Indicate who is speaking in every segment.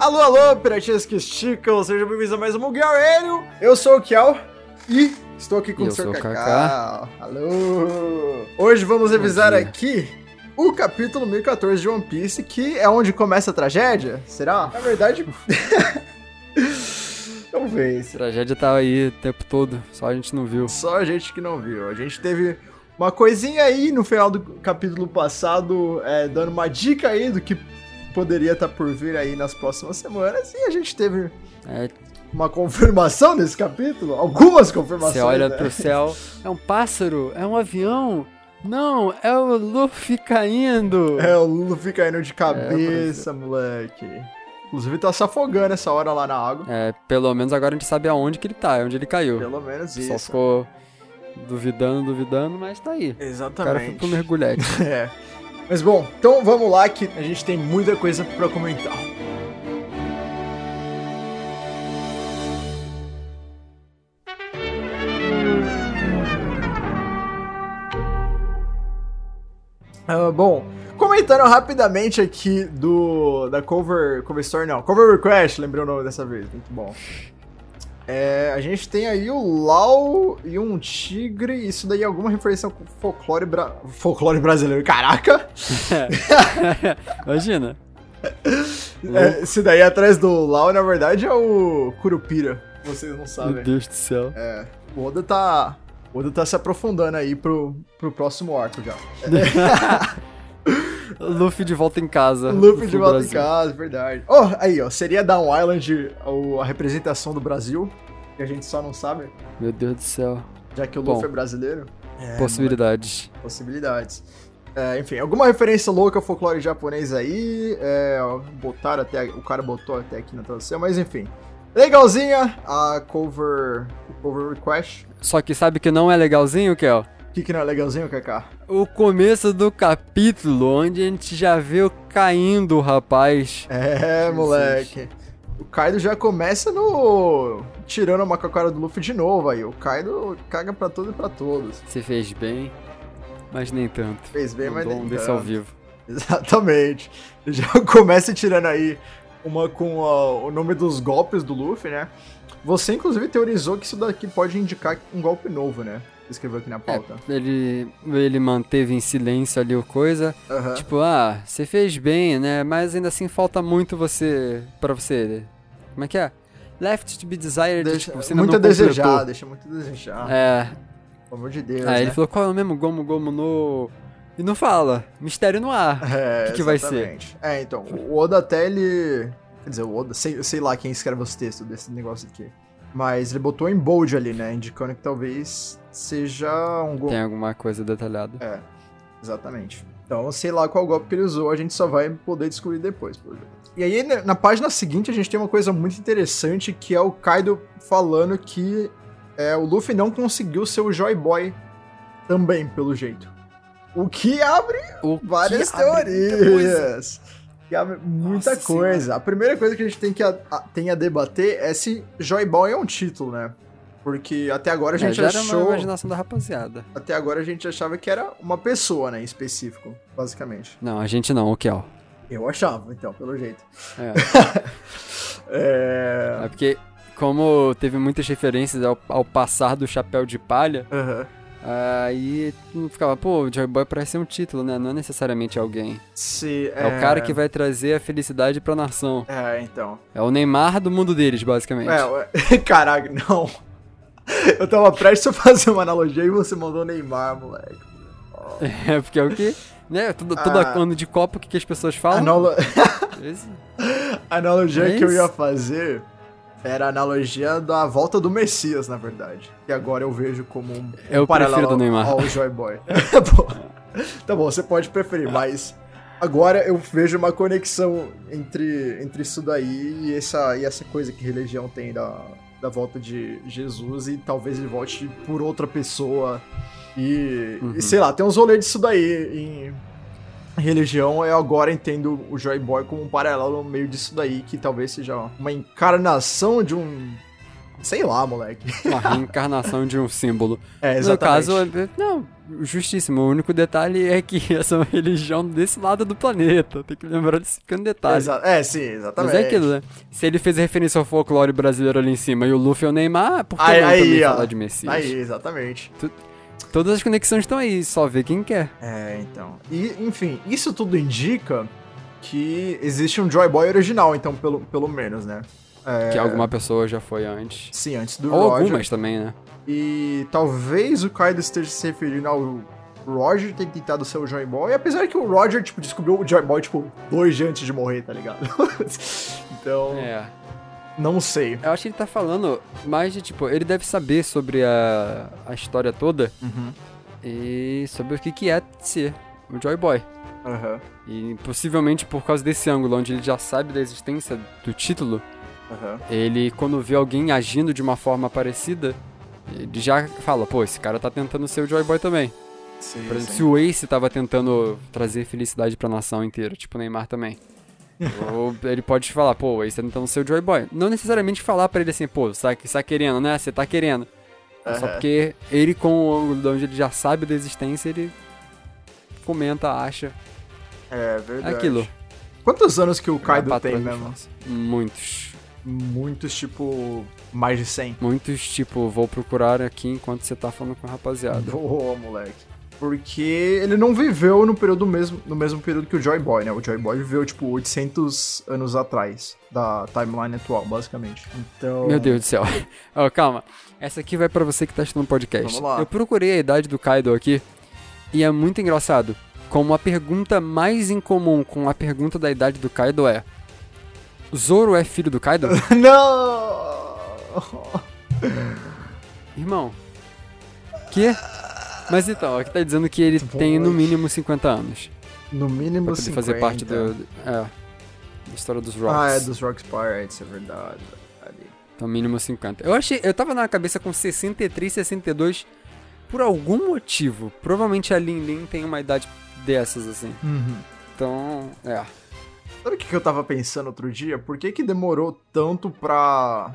Speaker 1: Alô, alô, piratinhas que esticam, sejam bem-vindos a mais um Mugal Aéreo. Eu sou o Kiel e estou aqui com
Speaker 2: E
Speaker 1: o
Speaker 2: eu
Speaker 1: Sr.
Speaker 2: sou o
Speaker 1: Cacá. Alô! Hoje vamos revisar
Speaker 2: dia.
Speaker 1: aqui o capítulo 1014 de One Piece, que é onde começa a tragédia, será? Na verdade... Talvez.
Speaker 2: Tragédia tava aí o tempo todo, só a gente não viu.
Speaker 1: Só a gente que não viu. A gente teve uma coisinha aí no final do capítulo passado, é, dando uma dica aí do que poderia estar por vir aí nas próximas semanas, e a gente teve
Speaker 2: É,
Speaker 1: uma confirmação nesse capítulo? Algumas confirmações.
Speaker 2: você olha
Speaker 1: né?
Speaker 2: pro céu, é um pássaro? É um avião? Não, é o Luffy caindo!
Speaker 1: É, o Luffy caindo de cabeça, moleque. Inclusive tá se afogando essa hora lá na água.
Speaker 2: É, pelo menos agora a gente sabe aonde que ele tá, é onde ele caiu.
Speaker 1: Pelo menos
Speaker 2: Só
Speaker 1: isso.
Speaker 2: ficou duvidando, duvidando, mas tá aí. O cara foi pro
Speaker 1: Exatamente.
Speaker 2: mergulhete.
Speaker 1: É. Mas bom, então vamos lá que a gente tem muita coisa pra comentar. Ah, bom, comentando rapidamente aqui do da cover, cover story não, cover request, lembrei o nome dessa vez, muito bom. É, a gente tem aí o Lau e um tigre, isso daí é alguma referência ao folclore, bra- folclore brasileiro, caraca!
Speaker 2: Imagina.
Speaker 1: É, esse daí atrás do Lau, na verdade, é o Curupira, vocês não
Speaker 2: Meu
Speaker 1: sabem.
Speaker 2: Deus do céu.
Speaker 1: O Oda tá, o Oda tá se aprofundando aí pro, pro próximo arco já.
Speaker 2: Luffy de volta em casa.
Speaker 1: Luffy de
Speaker 2: pro
Speaker 1: volta em
Speaker 2: Brasil.
Speaker 1: casa, verdade. Oh, aí, ó, seria Down Island o- a representação do Brasil, que a gente só não sabe,
Speaker 2: Meu Deus do céu.
Speaker 1: já que o
Speaker 2: Bom.
Speaker 1: Luffy é brasileiro. É,
Speaker 2: Possibilidades.
Speaker 1: mano, possibilidades. É, enfim, alguma referência louca ao folclore japonês aí, é, ó, botaram até, o cara botou até aqui na tradução, mas enfim. Legalzinha a cover, cover request.
Speaker 2: Só que sabe que não é legalzinho, Kel?
Speaker 1: O que, que não é legalzinho, Kaká?
Speaker 2: O começo do capítulo, onde a gente já vê o caindo o rapaz.
Speaker 1: É,
Speaker 2: Jesus.
Speaker 1: moleque. O Kaido já começa no. tirando uma com a cara do Luffy de novo aí. O Kaido caga pra tudo e pra todos.
Speaker 2: Você fez bem, mas nem tanto.
Speaker 1: Fez bem, mas
Speaker 2: Mandou um
Speaker 1: nem
Speaker 2: desse
Speaker 1: tanto.
Speaker 2: ao vivo.
Speaker 1: Exatamente. Ele já começa tirando aí uma com a- o nome dos golpes do Luffy, né? Você, inclusive, teorizou que isso daqui pode indicar um golpe novo, né? Escreveu
Speaker 2: É,
Speaker 1: aqui na pauta.
Speaker 2: Ele, ele manteve em silêncio ali o coisa.
Speaker 1: Aham.
Speaker 2: Tipo, ah, você fez bem, né? Mas ainda assim falta muito você. pra você. Como é que é? Left to be desired.
Speaker 1: Deixa
Speaker 2: tipo, você ainda
Speaker 1: muito a
Speaker 2: não completou.
Speaker 1: desejar, deixa muito a desejar.
Speaker 2: É,
Speaker 1: Pelo amor de Deus.
Speaker 2: aí ele
Speaker 1: né?
Speaker 2: falou qual é o mesmo Gomu Gomu no. E não fala. Mistério no ar.
Speaker 1: É,
Speaker 2: que que vai
Speaker 1: exatamente. É, então, o Oda até ele. Quer dizer, o Oda, sei, sei lá quem escreve os textos desse negócio aqui. Mas ele botou em bold ali, né? Indicando que talvez seja um golpe.
Speaker 2: Tem alguma coisa detalhada.
Speaker 1: É, exatamente. Então, sei lá qual golpe que ele usou, a gente só vai poder descobrir depois, por exemplo. E aí, né, na- na página seguinte, a gente tem uma coisa muito interessante, que é o Kaido falando que é, o Luffy não conseguiu ser o Joy Boy também, pelo jeito. O que é abre
Speaker 2: O que
Speaker 1: várias
Speaker 2: abre muita coisa.
Speaker 1: teorias. Que abre muita
Speaker 2: Nossa
Speaker 1: coisa.
Speaker 2: Senhora.
Speaker 1: A primeira coisa que a gente tem, que a, a- tem a debater é se Joy Boy é um título, né? Porque até agora a gente
Speaker 2: É, já era uma
Speaker 1: achou.
Speaker 2: imaginação da rapaziada.
Speaker 1: Até agora a gente achava que era uma pessoa, né? Em específico, basicamente.
Speaker 2: Não, a gente não, o é, Kel.
Speaker 1: Eu achava, então, pelo jeito.
Speaker 2: É,
Speaker 1: É.
Speaker 2: é porque, como teve muitas referências ao, ao passar do chapéu de palha,
Speaker 1: Aham.
Speaker 2: aí tu não ficava, pô, o Joy Boy parece ser um título, né? Não é necessariamente alguém.
Speaker 1: Se,
Speaker 2: É, o cara que vai trazer a felicidade pra nação.
Speaker 1: É, então.
Speaker 2: É o Neymar do mundo deles, basicamente.
Speaker 1: É, ué, caraca, não. Eu tava prestes a fazer uma analogia e você mandou Neymar, moleque.
Speaker 2: É, porque é o que. Né? Todo, todo
Speaker 1: Ah. É
Speaker 2: ano de Copa, o que, que as pessoas
Speaker 1: A
Speaker 2: falam?
Speaker 1: Analo...
Speaker 2: Esse-
Speaker 1: A analogia
Speaker 2: É
Speaker 1: que eu
Speaker 2: isso.
Speaker 1: ia fazer era a analogia da volta do Messias, na verdade. E agora eu vejo como um
Speaker 2: É o prefiro do Neymar.
Speaker 1: ao Joy Boy. É Bom, tá bom, você pode preferir, mas agora eu vejo uma conexão entre, entre isso daí e essa, e essa coisa que religião tem da, da volta de Jesus e talvez ele volte por outra pessoa. E, e
Speaker 2: Uhum.
Speaker 1: sei lá, tem uns rolês disso daí em, religião, eu agora entendo o Joy Boy como um paralelo no meio disso daí, que talvez seja uma encarnação de um Sei lá, moleque.
Speaker 2: Uma reencarnação de um símbolo.
Speaker 1: É,
Speaker 2: No
Speaker 1: exatamente.
Speaker 2: caso, é- não, justíssimo. O único detalhe é que essa é uma religião desse lado do planeta. Tem que lembrar desse pequeno detalhe.
Speaker 1: Exa- é, sim,
Speaker 2: Mas
Speaker 1: exatamente.
Speaker 2: é aquilo, né? Se ele fez referência ao folclore brasileiro ali em cima e o Luffy é o Neymar, por que
Speaker 1: Aí,
Speaker 2: não
Speaker 1: aí,
Speaker 2: também
Speaker 1: ó.
Speaker 2: falar de Messias?
Speaker 1: Aí, exatamente.
Speaker 2: Todas as conexões estão aí, só vê quem quer.
Speaker 1: É, então. E, enfim, isso tudo indica que existe um Joy Boy original, então, pelo, pelo menos, né?
Speaker 2: Que alguma pessoa já foi antes.
Speaker 1: Sim, antes do
Speaker 2: Ou
Speaker 1: Roger.
Speaker 2: algumas também, né?
Speaker 1: E talvez o Kaido esteja se referindo ao Roger ter tentado ser o Joy Boy, apesar que o Roger, tipo, descobriu o Joy Boy, tipo, dois dias antes de morrer, tá ligado? então,
Speaker 2: É.
Speaker 1: não sei.
Speaker 2: Eu acho que ele tá falando mais de tipo, ele deve saber sobre a, a história toda
Speaker 1: Uhum.
Speaker 2: e sobre o que, que é ser o Joy Boy.
Speaker 1: Aham.
Speaker 2: E possivelmente por causa desse ângulo, onde ele já sabe da existência do título,
Speaker 1: Aham.
Speaker 2: ele, quando vê alguém agindo de uma forma parecida, ele já fala, pô, esse cara tá tentando ser o Joy Boy também.
Speaker 1: Sim,
Speaker 2: Por exemplo,
Speaker 1: sim.
Speaker 2: se o Ace tava tentando trazer felicidade pra nação inteira, tipo o Neymar também. Ou ele pode falar, pô, o Ace tá tentando ser o Joy Boy. Não necessariamente falar pra ele assim, pô, você tá, você tá querendo, né? Você tá querendo. É Só
Speaker 1: Aham.
Speaker 2: porque ele, com o ângulo de onde ele já sabe da existência, ele comenta, acha.
Speaker 1: É
Speaker 2: É
Speaker 1: verdade.
Speaker 2: aquilo.
Speaker 1: Quantos anos que o Kaido
Speaker 2: Vai pra
Speaker 1: tem
Speaker 2: trás,
Speaker 1: mesmo?
Speaker 2: fácil. Muitos.
Speaker 1: Muitos, tipo, mais de 100.
Speaker 2: Muitos, tipo, vou procurar aqui enquanto você tá falando com a rapaziada.
Speaker 1: Boa, moleque. Porque ele não viveu no período mesmo, no mesmo período que o Joy Boy, né? O Joy Boy viveu, tipo, 800 anos atrás da timeline atual, basicamente. Então...
Speaker 2: Meu Deus do céu. Ó, calma. Essa aqui vai pra você que tá assistindo o podcast.
Speaker 1: Vamos lá.
Speaker 2: Eu procurei a idade do Kaido aqui e é muito engraçado. Como a pergunta mais incomum com a pergunta da idade do Kaido é: Zoro é filho do Kaido?
Speaker 1: Não!
Speaker 2: Irmão. Quê? Mas então, aqui tá dizendo que ele
Speaker 1: Muito bom,
Speaker 2: tem no
Speaker 1: hein?
Speaker 2: mínimo 50 anos.
Speaker 1: No mínimo
Speaker 2: Pra poder
Speaker 1: 50.
Speaker 2: fazer parte do, do- é, da história dos Rocks.
Speaker 1: Ah, é dos Rocks Pirates, é verdade. Ali.
Speaker 2: Então, mínimo 50. Eu achei. Eu tava na cabeça com 63, 62 por algum motivo. Provavelmente a Lin Lin tem uma idade dessas, assim. Então, é.
Speaker 1: Sabe o que que eu tava pensando outro dia? Por que que demorou tanto pra...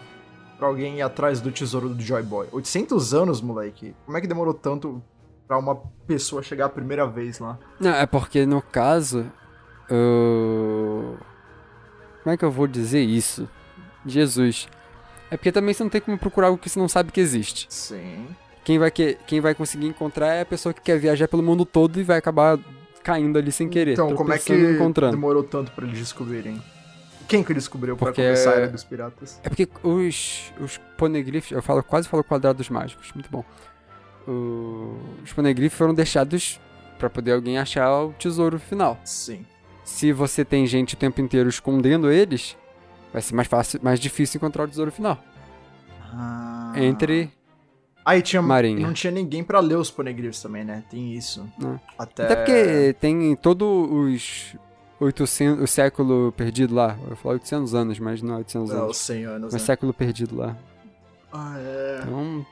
Speaker 1: pra alguém ir atrás do tesouro do Joy Boy? 800 anos, moleque. Como é que demorou tanto pra uma pessoa chegar a primeira vez lá?
Speaker 2: Não, é porque no caso. o- Como é que eu vou dizer isso? Jesus. É porque também você não tem como procurar algo que você não sabe que existe.
Speaker 1: Sim.
Speaker 2: Quem vai, que... Quem vai conseguir encontrar é a pessoa que quer viajar pelo mundo todo e vai acabar caindo ali sem querer.
Speaker 1: Então, como é que
Speaker 2: tropeçando e encontrando.
Speaker 1: demorou tanto pra eles descobrirem? Quem que descobriu
Speaker 2: Porque-
Speaker 1: pra começar a era dos piratas?
Speaker 2: É porque os, os poneglyphs, eu falo, quase falo quadrados mágicos, muito bom. O- os poneglyphs foram deixados pra poder alguém achar o tesouro final.
Speaker 1: Sim.
Speaker 2: Se você tem gente o tempo inteiro escondendo eles, vai ser mais fácil, mais difícil encontrar o tesouro final. Entre.
Speaker 1: Ah. Aí tinha...
Speaker 2: Marinha.
Speaker 1: Não tinha ninguém pra ler os poneglyphs também, né? Tem isso.
Speaker 2: Não.
Speaker 1: Até...
Speaker 2: Até porque tem todos os 800, o século perdido lá. Eu falo 800 anos, mas não é 800
Speaker 1: É, os
Speaker 2: anos.
Speaker 1: 100 anos,
Speaker 2: É
Speaker 1: né?
Speaker 2: século perdido lá.
Speaker 1: Ah, é.
Speaker 2: Então.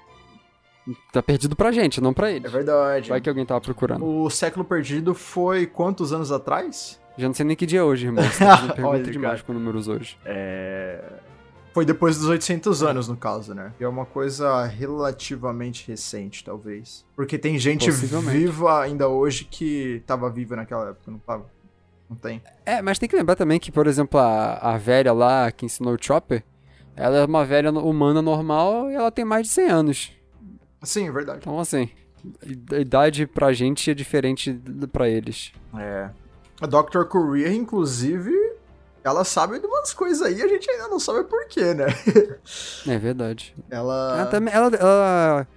Speaker 2: Tá perdido pra gente, não pra
Speaker 1: É
Speaker 2: eles.
Speaker 1: verdade.
Speaker 2: Vai que alguém tava procurando.
Speaker 1: O século perdido foi quantos anos atrás?
Speaker 2: Já não sei nem que dia é hoje, irmão. Você tá fazendo pergunta
Speaker 1: Olha, cara.
Speaker 2: demais com números hoje.
Speaker 1: É... Foi depois dos 800 anos, no caso, né? É uma coisa relativamente recente, talvez. Porque tem gente
Speaker 2: Possivelmente.
Speaker 1: viva ainda hoje que tava viva naquela época, não tava? Não tem?
Speaker 2: É, mas tem que lembrar também que, por exemplo, a, a velha lá que ensinou o Chopper, ela é uma velha no- humana normal e ela tem mais de 100 anos.
Speaker 1: Sim, é verdade.
Speaker 2: Então, assim, a idade pra gente é diferente d- pra eles.
Speaker 1: É. A Dr. Korea, inclusive, ela sabe de umas coisas aí, a gente ainda não sabe por quê, né?
Speaker 2: É verdade.
Speaker 1: Ela...
Speaker 2: Ela tá- também. Ela, ela,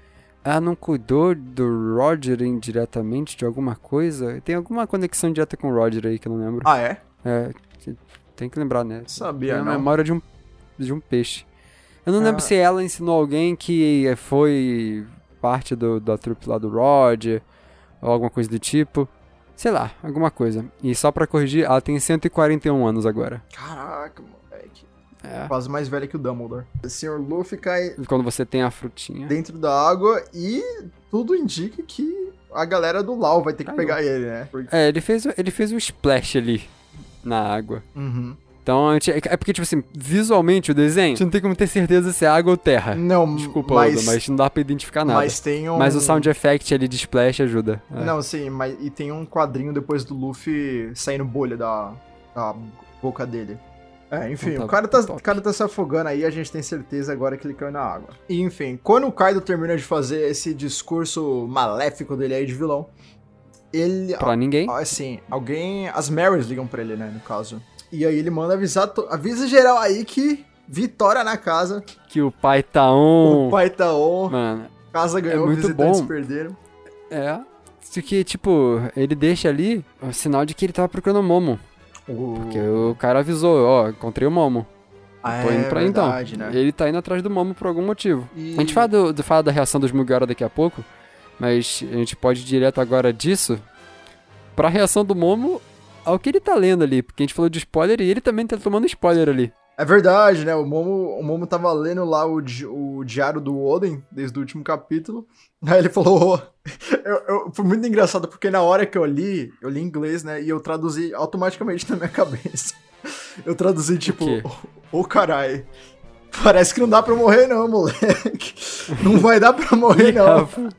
Speaker 2: ela não cuidou do Roger indiretamente de alguma coisa? Tem alguma conexão direta com o Roger aí que eu não lembro.
Speaker 1: Ah, é?
Speaker 2: É, t- tem que lembrar, né?
Speaker 1: Sabia,
Speaker 2: Tem a
Speaker 1: não.
Speaker 2: memória de um, de um peixe. Eu não
Speaker 1: Ah.
Speaker 2: lembro se ela ensinou alguém que eh, foi parte do, da trupe lá do Roger, ou alguma coisa do tipo. Sei lá, alguma coisa. E só pra corrigir, ela tem 141 anos agora.
Speaker 1: Caraca, moleque.
Speaker 2: É.
Speaker 1: Quase mais velha que o Dumbledore. O Sr. Luffy cai
Speaker 2: Quando você tem a frutinha.
Speaker 1: dentro da água e tudo indica que a galera do Lau vai ter que
Speaker 2: Caiu.
Speaker 1: pegar ele, né? Porque- Uhum.
Speaker 2: É, ele fez, o- ele fez um splash ali na água. Então, a gente- é porque, tipo assim, visualmente o desenho, a gente não tem como ter certeza se é água ou terra.
Speaker 1: Não,
Speaker 2: Desculpa,
Speaker 1: mas,
Speaker 2: Oda, mas não dá pra identificar nada. Mas,
Speaker 1: mas tem um...
Speaker 2: o sound effect ali de splash ajuda. É.
Speaker 1: Não, sim, mas e tem um quadrinho depois do Luffy saindo bolha da, da boca dele. É, enfim,
Speaker 2: Então tá
Speaker 1: o, cara tá,
Speaker 2: top.
Speaker 1: o cara tá se afogando aí, a gente tem certeza agora que ele caiu na água. E, enfim, quando o Kaido termina de fazer esse discurso maléfico dele aí de vilão, ele.
Speaker 2: Pra ninguém.
Speaker 1: Ah, Assim, alguém. As Marys ligam pra ele, né, no caso. E aí ele manda avisar. to- Avisa geral aí que vitória na casa.
Speaker 2: Que o pai tá on.
Speaker 1: O pai tá on,
Speaker 2: Mano,
Speaker 1: casa ganhou,
Speaker 2: é muito
Speaker 1: visitantes
Speaker 2: bom.
Speaker 1: perderam.
Speaker 2: é. Isso que, tipo, ele deixa ali o sinal de que ele tava procurando o Momo. Porque o cara avisou, ó, encontrei o Momo.
Speaker 1: Ah,
Speaker 2: Tô indo pra aí,
Speaker 1: verdade,
Speaker 2: então.
Speaker 1: né?
Speaker 2: Ele tá indo atrás do Momo por algum motivo.
Speaker 1: E-
Speaker 2: A gente fala, do, do- fala da reação dos Mugiwara daqui a pouco, mas a gente pode ir direto agora disso pra reação do Momo ao que ele tá lendo ali. Porque a gente falou de spoiler e ele também tá tomando spoiler ali.
Speaker 1: É verdade, né? O Momo, o Momo tava lendo lá o, di- o diário do Oden, desde o último capítulo. Aí ele falou. "Ô", eu- eu- foi muito engraçado, porque na hora que eu li, eu li em inglês, né? E eu traduzi automaticamente na minha cabeça. Eu traduzi tipo,
Speaker 2: quê?
Speaker 1: ô carai. Parece que não dá pra morrer, não, moleque. Não vai dar pra morrer,
Speaker 2: Ih,
Speaker 1: não.
Speaker 2: rapa-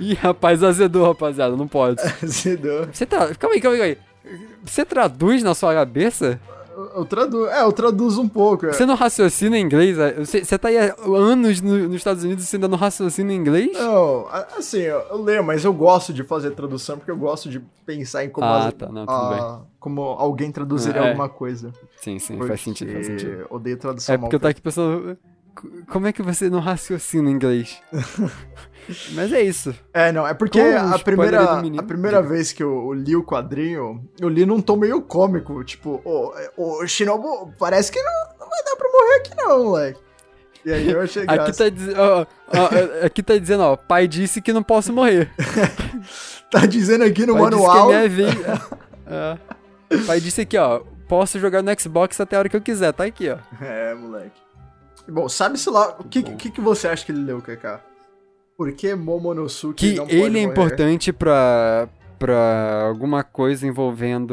Speaker 2: Ih, rapaz, azedou, rapaziada, não pode.
Speaker 1: Zidane.
Speaker 2: Você tra... Calma aí, calma aí, calma aí. Você traduz na sua cabeça?
Speaker 1: Eu, eu tradu... É, eu traduzo um pouco. é.
Speaker 2: Você não raciocina em inglês? Você, você tá aí há anos no- nos Estados Unidos e você ainda não raciocina em inglês?
Speaker 1: Não, a- assim, eu, eu leio, mas eu gosto de fazer tradução porque eu gosto de pensar em como,
Speaker 2: Ah,
Speaker 1: as-
Speaker 2: tá, não, tudo
Speaker 1: a- como alguém traduziria
Speaker 2: É.
Speaker 1: alguma coisa.
Speaker 2: Sim, sim,
Speaker 1: Porque
Speaker 2: faz sentido,
Speaker 1: é.
Speaker 2: faz sentido.
Speaker 1: Odeio tradução
Speaker 2: É porque eu tô aqui pensando. co- Como é que você não raciocina em inglês? Mas é isso.
Speaker 1: É, não, é porque
Speaker 2: Como o
Speaker 1: a
Speaker 2: spoiler
Speaker 1: primeira,
Speaker 2: do menino-
Speaker 1: a primeira vez que eu, eu li o quadrinho, eu li num tom meio cômico, tipo, ô, ô, Shinobu, parece que não, não vai dar pra morrer aqui não, moleque. E aí eu achei
Speaker 2: Aqui
Speaker 1: graça.
Speaker 2: tá, diz- ó, ó, ó, aqui tá dizendo, ó, pai disse que não posso morrer.
Speaker 1: Tá, dizendo aqui no
Speaker 2: pai
Speaker 1: manual...
Speaker 2: disse que é minha vez. É. Pai disse aqui, ó, posso jogar no Xbox até a hora que eu quiser, tá aqui, ó.
Speaker 1: É, moleque. Bom, sabe-se lá, o que,
Speaker 2: bom.
Speaker 1: que, que você acha que ele leu, Kaká? Por que Momonosuke
Speaker 2: Que
Speaker 1: não pode
Speaker 2: ele é
Speaker 1: morrer?
Speaker 2: importante pra, pra alguma coisa envolvendo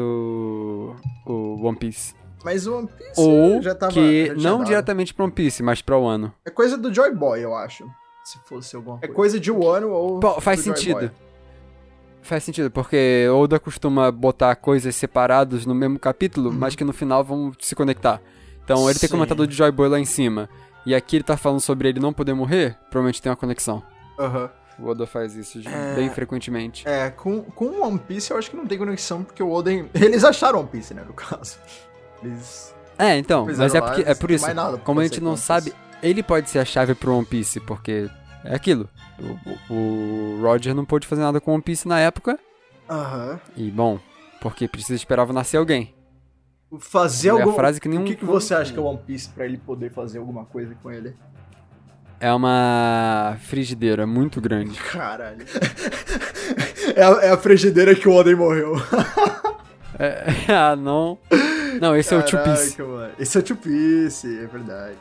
Speaker 2: o One Piece.
Speaker 1: Mas o One Piece
Speaker 2: Ou
Speaker 1: já tava...
Speaker 2: que,
Speaker 1: já tinha
Speaker 2: não
Speaker 1: dado.
Speaker 2: diretamente pra One Piece, mas pra Wano.
Speaker 1: É coisa do Joy Boy, eu acho. Se fosse alguma coisa. É coisa de Wano ou...
Speaker 2: Pô, faz
Speaker 1: do Joy
Speaker 2: sentido.
Speaker 1: Boy.
Speaker 2: Faz sentido, porque Oda costuma botar coisas separadas no mesmo capítulo, mas que no final vão se conectar. Então ele tem
Speaker 1: Sim.
Speaker 2: comentado de Joy Boy lá em cima. E aqui ele tá falando sobre ele não poder morrer, provavelmente tem uma conexão.
Speaker 1: Aham.
Speaker 2: O Oda faz isso de-
Speaker 1: É.
Speaker 2: bem frequentemente.
Speaker 1: É, com, com o One Piece eu acho que não tem conexão, porque o Oden... Eles acharam One Piece, né, no caso. Eles...
Speaker 2: É, então,
Speaker 1: Fizeram
Speaker 2: mas é,
Speaker 1: lá,
Speaker 2: porque, é
Speaker 1: não
Speaker 2: por
Speaker 1: tem
Speaker 2: isso.
Speaker 1: mais nada pra
Speaker 2: Como a
Speaker 1: fazer
Speaker 2: gente
Speaker 1: com
Speaker 2: não
Speaker 1: One Piece.
Speaker 2: sabe,
Speaker 1: é
Speaker 2: ele pode ser a chave pro One Piece, porque é aquilo. O, o- o Roger não pôde fazer nada com One Piece na época,
Speaker 1: Aham.
Speaker 2: e bom, porque precisa esperava nascer alguém.
Speaker 1: Fazer
Speaker 2: é
Speaker 1: algum...
Speaker 2: a frase que nenhum.
Speaker 1: O que, que você acha que é o One Piece pra ele poder fazer alguma coisa com ele?
Speaker 2: É uma frigideira muito grande.
Speaker 1: Caralho. É a, é a frigideira que o Oden morreu.
Speaker 2: É- ah, não. Não, esse é o Two Piece.
Speaker 1: Caraca, mano. Esse é o Two Piece, é verdade.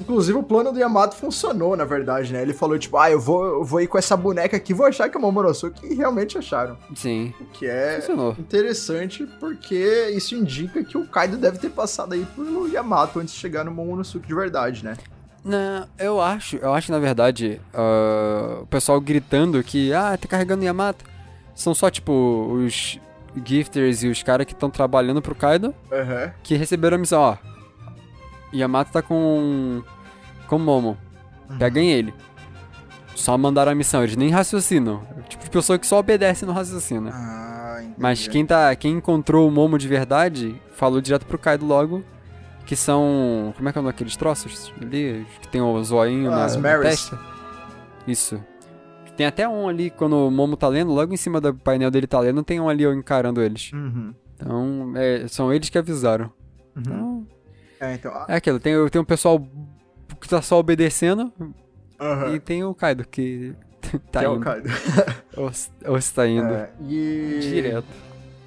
Speaker 1: Inclusive, o plano do Yamato funcionou, na verdade, né? Ele falou, tipo, ah, eu vou, eu vou ir com essa boneca aqui, vou achar que é o Momonosuke, e realmente acharam.
Speaker 2: Sim,
Speaker 1: O que é
Speaker 2: funcionou.
Speaker 1: interessante, porque isso indica que o Kaido deve ter passado aí pelo Yamato antes de chegar no Momonosuke de verdade, né?
Speaker 2: Não, eu acho, eu acho na verdade, ah, o pessoal gritando que, ah, tá carregando Yamato. São só, tipo, os gifters e os caras que estão trabalhando pro Kaido
Speaker 1: Aham.
Speaker 2: que receberam a missão, ó. Yamato tá com. com um Momo. Peguem ele. Só mandaram a missão, eles nem raciocinam. Tipo de pessoa que só obedece e não raciocina.
Speaker 1: Ah, entendi.
Speaker 2: Mas quem, tá, quem encontrou o Momo de verdade falou direto pro Kaido logo. Que são. Como é que é o nome daqueles troços? Ali, que tem o zoinho na,
Speaker 1: Ah, As
Speaker 2: na
Speaker 1: Marys.
Speaker 2: testa. Isso. Tem até um ali, quando o Momo tá lendo, logo em cima do painel dele tá lendo, tem um ali ó, encarando eles.
Speaker 1: Uhum.
Speaker 2: Então, é, são eles que avisaram.
Speaker 1: Uhum.
Speaker 2: Então,
Speaker 1: É, então. ah,
Speaker 2: é aquilo, tem, tem um pessoal que tá só obedecendo
Speaker 1: Aham.
Speaker 2: e tem o Kaido que tá
Speaker 1: Que é o
Speaker 2: indo.
Speaker 1: Kaido.
Speaker 2: Ou, se- ou se tá indo.
Speaker 1: É, e.
Speaker 2: Direto.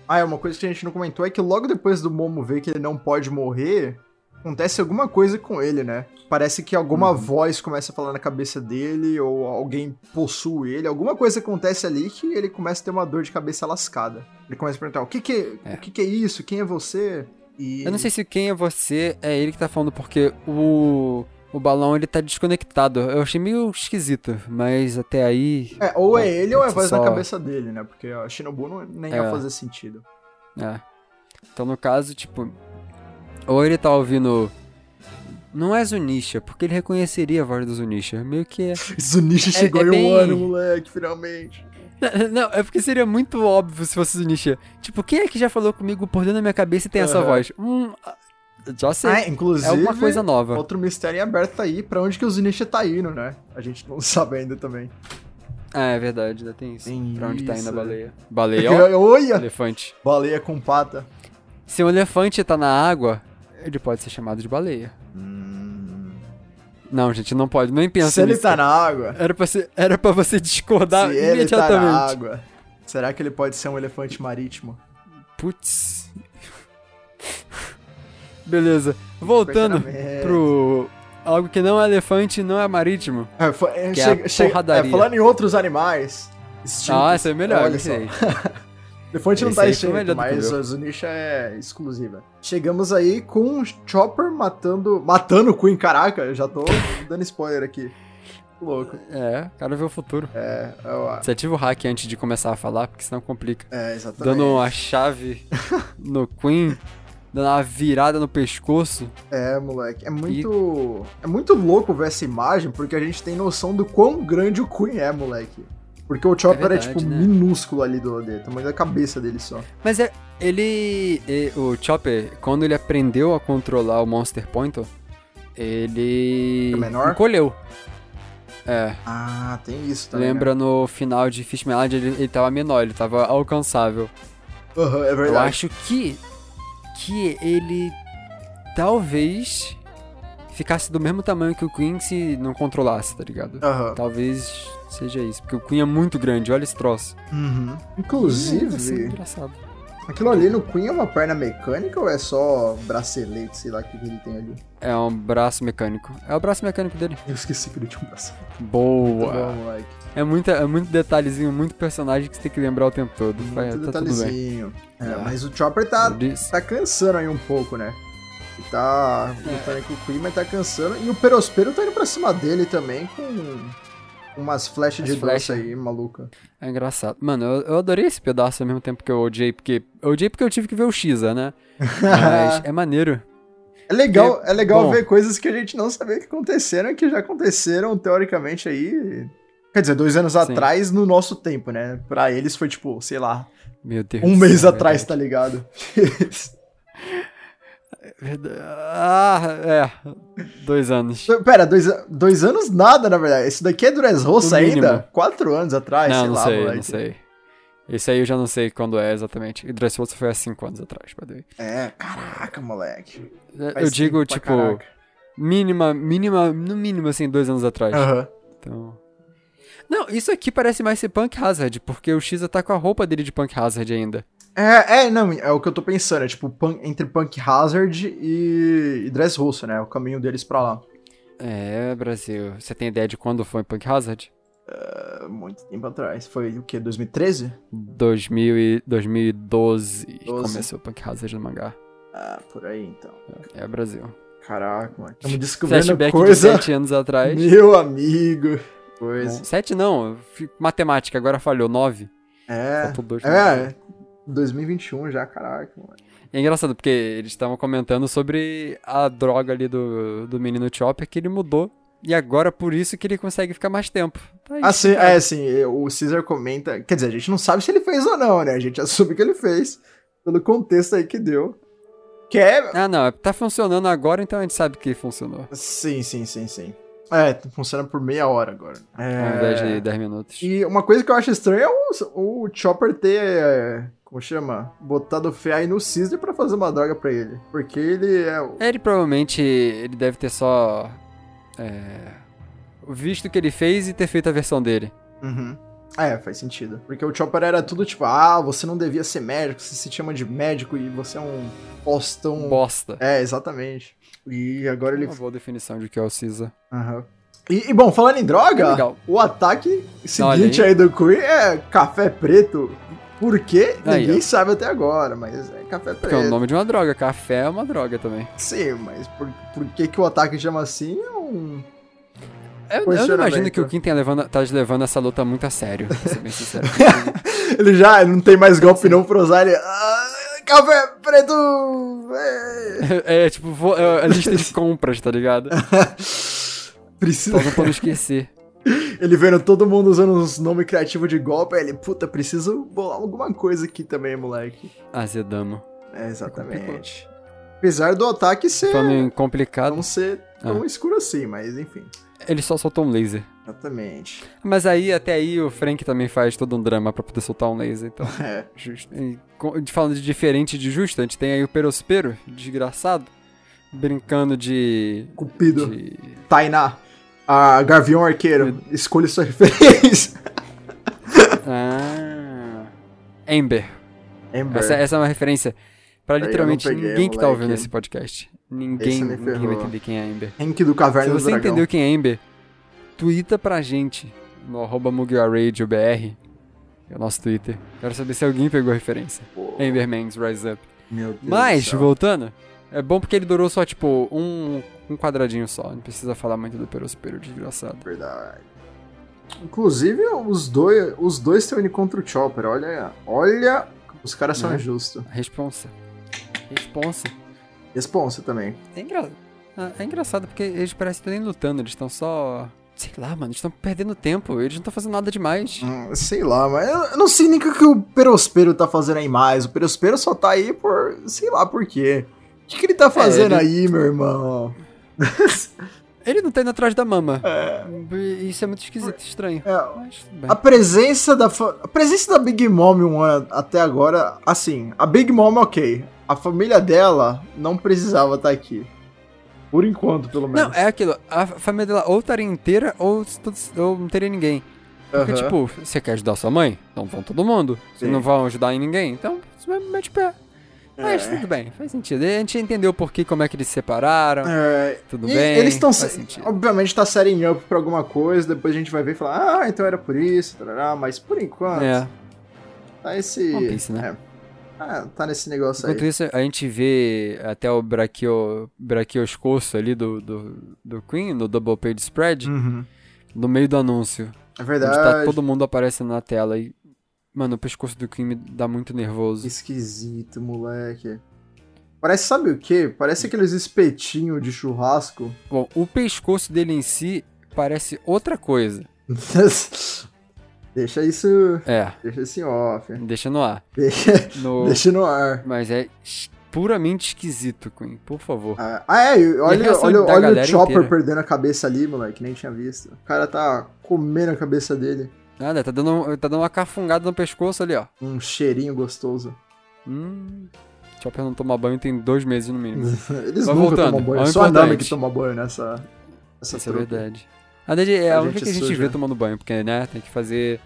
Speaker 1: Ah, é uma coisa que a gente não comentou é que logo depois do Momo ver que ele não pode morrer, acontece alguma coisa com ele, né? Parece que
Speaker 2: Uhum.
Speaker 1: alguma voz começa a falar na cabeça dele, ou alguém possui ele, alguma coisa acontece ali que ele começa a ter uma dor de cabeça lascada. Ele começa a perguntar: o que que,
Speaker 2: É.
Speaker 1: o que, que é isso? Quem é você? E...
Speaker 2: Eu não sei se quem é você é ele que tá falando, porque o, o balão ele tá desconectado. Eu achei meio esquisito, mas até aí.
Speaker 1: É, ou é
Speaker 2: Pode
Speaker 1: ele ou é a
Speaker 2: ser
Speaker 1: voz na
Speaker 2: só-
Speaker 1: cabeça dele, né? Porque a Shinobu não, nem ia
Speaker 2: É.
Speaker 1: fazer sentido.
Speaker 2: É. Então no caso, tipo. Ou ele tá ouvindo. Não é Zunisha, porque ele reconheceria a voz do Zunisha. Meio que é.
Speaker 1: Zunisha chegou
Speaker 2: é
Speaker 1: em um
Speaker 2: bem-
Speaker 1: ano, moleque, finalmente.
Speaker 2: Não, é porque seria muito óbvio se fosse Zunisha. Tipo, quem é que já falou comigo por dentro da minha cabeça e tem essa
Speaker 1: Aham.
Speaker 2: voz? Hum. ah, Já sei.
Speaker 1: Ah, inclusive,
Speaker 2: é alguma coisa nova.
Speaker 1: outro mistério em aberto tá aí, pra onde que o Zunisha tá indo, né? A gente não sabe ainda também.
Speaker 2: Ah, é verdade, ainda tem isso.
Speaker 1: Tem
Speaker 2: pra onde tá indo
Speaker 1: isso,
Speaker 2: a
Speaker 1: né?
Speaker 2: baleia?
Speaker 1: Porque,
Speaker 2: Baleia, ó.
Speaker 1: olha,
Speaker 2: elefante.
Speaker 1: baleia com pata.
Speaker 2: Se um elefante tá na água, ele pode ser chamado de baleia. Hum. Não, gente, não pode. Nem pensa
Speaker 1: Se ele
Speaker 2: nisso.
Speaker 1: tá na água,
Speaker 2: Era pra, ser- era pra você discordar
Speaker 1: se ele tá
Speaker 2: imediatamente.
Speaker 1: na água, será que ele pode ser um elefante marítimo?
Speaker 2: Putz. Beleza. Voltando
Speaker 1: Questionamento.
Speaker 2: pro. Algo que não é elefante e não é marítimo.
Speaker 1: É, fa- é,
Speaker 2: Que é
Speaker 1: chega-
Speaker 2: a
Speaker 1: chega- é,
Speaker 2: porradaria.
Speaker 1: falando em outros animais. extintos,
Speaker 2: Ah, essa é melhor.
Speaker 1: Olha
Speaker 2: isso
Speaker 1: só.
Speaker 2: aí.
Speaker 1: Elefante não
Speaker 2: Esse
Speaker 1: tá
Speaker 2: aí foi
Speaker 1: extinto,
Speaker 2: melhor do que
Speaker 1: mas
Speaker 2: o meu.
Speaker 1: a Zunisha é exclusiva. Chegamos aí com o Chopper matando. Matando o Queen, caraca, eu já tô dando spoiler aqui. Louco.
Speaker 2: É, o cara vê o futuro.
Speaker 1: É, eu-
Speaker 2: Você ativa o hack antes de começar a falar, porque senão complica.
Speaker 1: é exatamente.
Speaker 2: Dando a chave no Queen, dando uma virada no pescoço.
Speaker 1: É, moleque. É muito. É muito louco ver essa imagem, porque a gente tem noção do quão grande o Queen é, moleque. Porque o Chopper é,
Speaker 2: verdade,
Speaker 1: tipo,
Speaker 2: né?
Speaker 1: minúsculo ali do lado dele, tamanho da cabeça dele só.
Speaker 2: Mas é, ele, e- O Chopper, quando ele aprendeu a controlar o Monster Pointer, ele.
Speaker 1: É menor?
Speaker 2: Encolheu. É.
Speaker 1: Ah, tem isso também.
Speaker 2: Lembra no final de Fish Melody, ele, ele tava menor, ele tava alcançável.
Speaker 1: Né? Aham, é
Speaker 2: Eu
Speaker 1: verdade.
Speaker 2: acho que. que ele. talvez. ficasse do mesmo tamanho que o Queen se não controlasse, tá ligado?
Speaker 1: Aham.
Speaker 2: Talvez seja isso, porque o Queen é muito grande, olha esse troço.
Speaker 1: Uhum.
Speaker 2: Ih, vai ser
Speaker 1: Inclusive,
Speaker 2: engraçado.
Speaker 1: aquilo ali no Queen é uma perna mecânica ou é só bracelete, sei lá, o que que ele tem ali?
Speaker 2: É um braço mecânico. É o braço mecânico dele.
Speaker 1: Eu esqueci que ele tinha um bracelete. Muito bom,
Speaker 2: Boa!
Speaker 1: moleque.
Speaker 2: É, muita, é muito detalhezinho, muito personagem que você tem que lembrar o tempo todo. Vai,
Speaker 1: Muito
Speaker 2: tá tudo bem.
Speaker 1: detalhezinho. É,
Speaker 2: Ah.
Speaker 1: mas o Chopper tá,
Speaker 2: Diz-
Speaker 1: tá cansando aí um pouco, né? Ele tá lutando com o Queen, mas tá cansando. E o Perospero tá indo pra cima dele também com umas flechas
Speaker 2: As
Speaker 1: de doce
Speaker 2: flechas.
Speaker 1: aí, maluca.
Speaker 2: É engraçado. Mano, eu, eu adorei esse pedaço ao mesmo tempo que eu odiei, porque. Eu odiei porque eu tive que ver o Xa, né? Mas é maneiro.
Speaker 1: É legal, é legal
Speaker 2: bom.
Speaker 1: ver coisas que a gente não sabia que aconteceram e que já aconteceram, teoricamente, aí. Quer dizer, dois anos atrás no nosso tempo, né? Pra eles foi tipo, sei lá,
Speaker 2: Meu Deus.
Speaker 1: um
Speaker 2: do
Speaker 1: mês
Speaker 2: céu, é
Speaker 1: atrás, tá ligado?
Speaker 2: verdade. Verdade. Ah, é. Dois anos.
Speaker 1: Pera, dois, a- dois anos nada, na verdade. Isso daqui é Dress Roça
Speaker 2: No mínimo.
Speaker 1: ainda? Quatro anos atrás,
Speaker 2: não,
Speaker 1: sei
Speaker 2: não
Speaker 1: lá,
Speaker 2: sei,
Speaker 1: moleque.
Speaker 2: não sei. Esse aí eu já não sei quando é exatamente. E Dressrosa foi há cinco anos atrás, by the way.
Speaker 1: É, caraca, moleque.
Speaker 2: Eu
Speaker 1: Faz
Speaker 2: digo,
Speaker 1: tempo
Speaker 2: tipo,
Speaker 1: pra caraca.
Speaker 2: mínima, mínima, no mínimo, assim, dois anos atrás.
Speaker 1: Aham.
Speaker 2: Então. Não, isso aqui parece mais ser Punk Hazard, porque o Xa tá com a roupa dele de Punk Hazard ainda.
Speaker 1: É, é, não, é o que eu tô pensando. É tipo, punk- entre Punk Hazard e, e Dress Roça, né? O caminho deles pra lá.
Speaker 2: É, Brasil. Você tem ideia de quando foi Punk Hazard?
Speaker 1: É, muito tempo atrás. Foi o quê? 2013?
Speaker 2: 2000 e 2012
Speaker 1: Doze.
Speaker 2: começou o Punk Hazard no mangá.
Speaker 1: Ah, por aí então.
Speaker 2: É Brasil.
Speaker 1: Caraca, mano. Estamos descobrindo
Speaker 2: Flashback de
Speaker 1: coisa.
Speaker 2: 7 anos atrás.
Speaker 1: Meu amigo. Coisa.
Speaker 2: 7 não, fi- matemática, agora falhou, 9.
Speaker 1: É.
Speaker 2: Faltou 2.
Speaker 1: É, é. 2021 já, caraca, mano.
Speaker 2: É engraçado, porque eles estavam comentando sobre a droga ali do, do menino Chopper, que ele mudou. E agora por isso que ele consegue ficar mais tempo. Tá aí.
Speaker 1: Ah, sim, é assim, o Caesar comenta. Quer dizer, a gente não sabe se ele fez ou não, né? A gente assume que ele fez, pelo contexto aí que deu. Que é.
Speaker 2: Ah, não, tá funcionando agora, então a gente sabe que funcionou.
Speaker 1: Sim, sim, sim, sim. É, funciona por meia hora agora.
Speaker 2: Ao invés
Speaker 1: É.
Speaker 2: de 10 minutos.
Speaker 1: E uma coisa que eu acho estranha é o, o Chopper ter. é, Como chama? Botado fé aí no Caesar pra fazer uma droga pra ele. Porque ele é. o-
Speaker 2: Ele provavelmente ele deve ter só é, visto o que ele fez e ter feito a versão dele.
Speaker 1: Uhum. É, faz sentido. Porque o Chopper era tudo tipo, ah, você não devia ser médico, você se chama de médico e você é um postão
Speaker 2: Bosta.
Speaker 1: É, exatamente. E agora ele.
Speaker 2: Uma boa definição de que é o Cisa.
Speaker 1: Aham. E, e, bom, falando em droga,
Speaker 2: É legal.
Speaker 1: o ataque
Speaker 2: Olha
Speaker 1: seguinte
Speaker 2: aí.
Speaker 1: aí do Queen é café preto, Por quê?
Speaker 2: Aí,
Speaker 1: Ninguém
Speaker 2: ó.
Speaker 1: sabe até agora, mas é café
Speaker 2: Porque é o
Speaker 1: preto.
Speaker 2: nome de uma droga. Café é uma droga também.
Speaker 1: Sim, mas por, por que, que o ataque chama assim é um.
Speaker 2: Eu, eu não
Speaker 1: Posicionamento.
Speaker 2: imagino que o Kim tenha levando, tá levando essa luta muito a sério, pra ser bem sincero.
Speaker 1: Ele já não tem mais golpe não pra usar, ele. "Ah, café preto! é."
Speaker 2: é, é, tipo, vou, é, a lista de compras, tá ligado?
Speaker 1: Precisa.
Speaker 2: Só não pra não esquecer.
Speaker 1: Ele vendo todo mundo usando uns nomes criativos de golpe, aí ele, puta, preciso bolar alguma coisa aqui também, moleque.
Speaker 2: Azedama.
Speaker 1: É, exatamente. Apesar do ataque ser.
Speaker 2: Falando em complicado,
Speaker 1: não ser
Speaker 2: Ah.
Speaker 1: tão escuro assim, mas enfim.
Speaker 2: ele só soltou um laser.
Speaker 1: Exatamente.
Speaker 2: Mas aí, até aí, o Frank também faz todo um drama pra poder soltar um laser, então.
Speaker 1: É.
Speaker 2: Justo. E, co- de- falando de diferente de justo, a gente tem aí o Perospero, desgraçado, brincando de.
Speaker 1: Cupido.
Speaker 2: de-
Speaker 1: Tainá. A Gavião Arqueiro. Escolha sua referência.
Speaker 2: Ah. Ember.
Speaker 1: Ember.
Speaker 2: Essa, essa é uma referência pra
Speaker 1: eu
Speaker 2: literalmente
Speaker 1: não peguei,
Speaker 2: ninguém que tá
Speaker 1: moleque.
Speaker 2: ouvindo esse podcast. Ninguém,
Speaker 1: Esse me
Speaker 2: ninguém vai
Speaker 1: ferrou.
Speaker 2: entender quem é a Ember.
Speaker 1: Hank do Caverna
Speaker 2: Se
Speaker 1: do
Speaker 2: você
Speaker 1: Dragão.
Speaker 2: entendeu quem é Ember, twitta pra gente no arroba MugiaRadioBR, que é o nosso Twitter. Quero saber se alguém pegou a referência.
Speaker 1: Pô,
Speaker 2: Emberman's Rise Up.
Speaker 1: Meu Deus
Speaker 2: Mas,
Speaker 1: do céu.
Speaker 2: voltando, é bom porque ele durou só, tipo, um, um quadradinho só. Não precisa falar muito do Perospero, desgraçado.
Speaker 1: é Verdade. Inclusive, os dois, os dois estão indo contra o Chopper. Olha, olha, os caras são
Speaker 2: Né?
Speaker 1: injustos.
Speaker 2: Responsa. Responsa.
Speaker 1: Responsa também.
Speaker 2: É, engra... ah, é engraçado porque eles parecem que nem lutando, eles estão só. Sei lá, mano, eles estão perdendo tempo, eles não estão fazendo nada demais.
Speaker 1: Hum, sei lá, mas eu, eu não sei nem o que que o Perospero tá fazendo aí mais. O Perospero só tá aí por. sei lá por quê. O que, que ele tá fazendo
Speaker 2: É, ele-
Speaker 1: aí, meu irmão?
Speaker 2: Ele não tá indo atrás da mama.
Speaker 1: É.
Speaker 2: Isso é muito esquisito, estranho.
Speaker 1: É,
Speaker 2: Mas tudo bem.
Speaker 1: a presença da fa- a presença da Big Mom em um ano até agora, assim, a Big Mom ok. A família dela não precisava estar aqui. Por enquanto, pelo menos.
Speaker 2: Não, é aquilo. A família dela ou estaria inteira ou, se todos- ou não teria ninguém. Porque,
Speaker 1: Aham.
Speaker 2: tipo, você quer ajudar sua mãe? Então vão todo mundo. Você
Speaker 1: Sim.
Speaker 2: não vão ajudar em ninguém? Então, você vai- mete o pé. Mas
Speaker 1: É.
Speaker 2: tudo bem, faz sentido. E A gente entendeu por que, como é que eles se separaram.
Speaker 1: É,
Speaker 2: Tudo
Speaker 1: E
Speaker 2: bem.
Speaker 1: eles estão.
Speaker 2: faz sentido.
Speaker 1: Obviamente tá setting up pra alguma coisa, depois a gente vai ver e falar, ah, então era por isso, tarará, mas por enquanto,
Speaker 2: É.
Speaker 1: tá esse.
Speaker 2: One Piece, né?
Speaker 1: é. Ah, tá nesse negócio
Speaker 2: Enquanto
Speaker 1: aí.
Speaker 2: isso, a gente vê até o braquio, braquioscoço ali do, do, do Queen, do Double Page Spread,
Speaker 1: Uhum.
Speaker 2: no meio do anúncio.
Speaker 1: É
Speaker 2: Onde
Speaker 1: verdade.
Speaker 2: tá todo mundo aparecendo na tela e. Mano, o pescoço do Queen me dá muito nervoso.
Speaker 1: Esquisito, moleque. Parece, sabe o quê? Parece aqueles espetinhos de churrasco.
Speaker 2: Bom, o pescoço dele em si parece outra coisa.
Speaker 1: deixa isso.
Speaker 2: É,
Speaker 1: Deixa isso em off.
Speaker 2: deixa no ar.
Speaker 1: Deixa,
Speaker 2: No-
Speaker 1: deixa no ar.
Speaker 2: Mas é es- puramente esquisito, Queen, por favor.
Speaker 1: Ah, ah, é, e
Speaker 2: E a
Speaker 1: olha,
Speaker 2: reação
Speaker 1: olha,
Speaker 2: da
Speaker 1: olha o
Speaker 2: galera
Speaker 1: Chopper
Speaker 2: inteira.
Speaker 1: perdendo a cabeça ali, moleque, nem tinha visto. O cara tá comendo a cabeça dele.
Speaker 2: Nada, tá dando, tá dando uma cafungada no pescoço ali, ó.
Speaker 1: Um cheirinho gostoso.
Speaker 2: Hum. Chopper não toma banho tem dois meses no mínimo.
Speaker 1: Eles
Speaker 2: Vai
Speaker 1: nunca
Speaker 2: voltando,
Speaker 1: tomam banho,
Speaker 2: ao
Speaker 1: só a Nami
Speaker 2: importante.
Speaker 1: que toma banho nessa. Essa
Speaker 2: Isso é
Speaker 1: trupe.
Speaker 2: verdade. Na verdade, é a,
Speaker 1: tá A
Speaker 2: única
Speaker 1: gente
Speaker 2: que a gente
Speaker 1: suja.
Speaker 2: vê tomando banho, porque, né, tem que fazer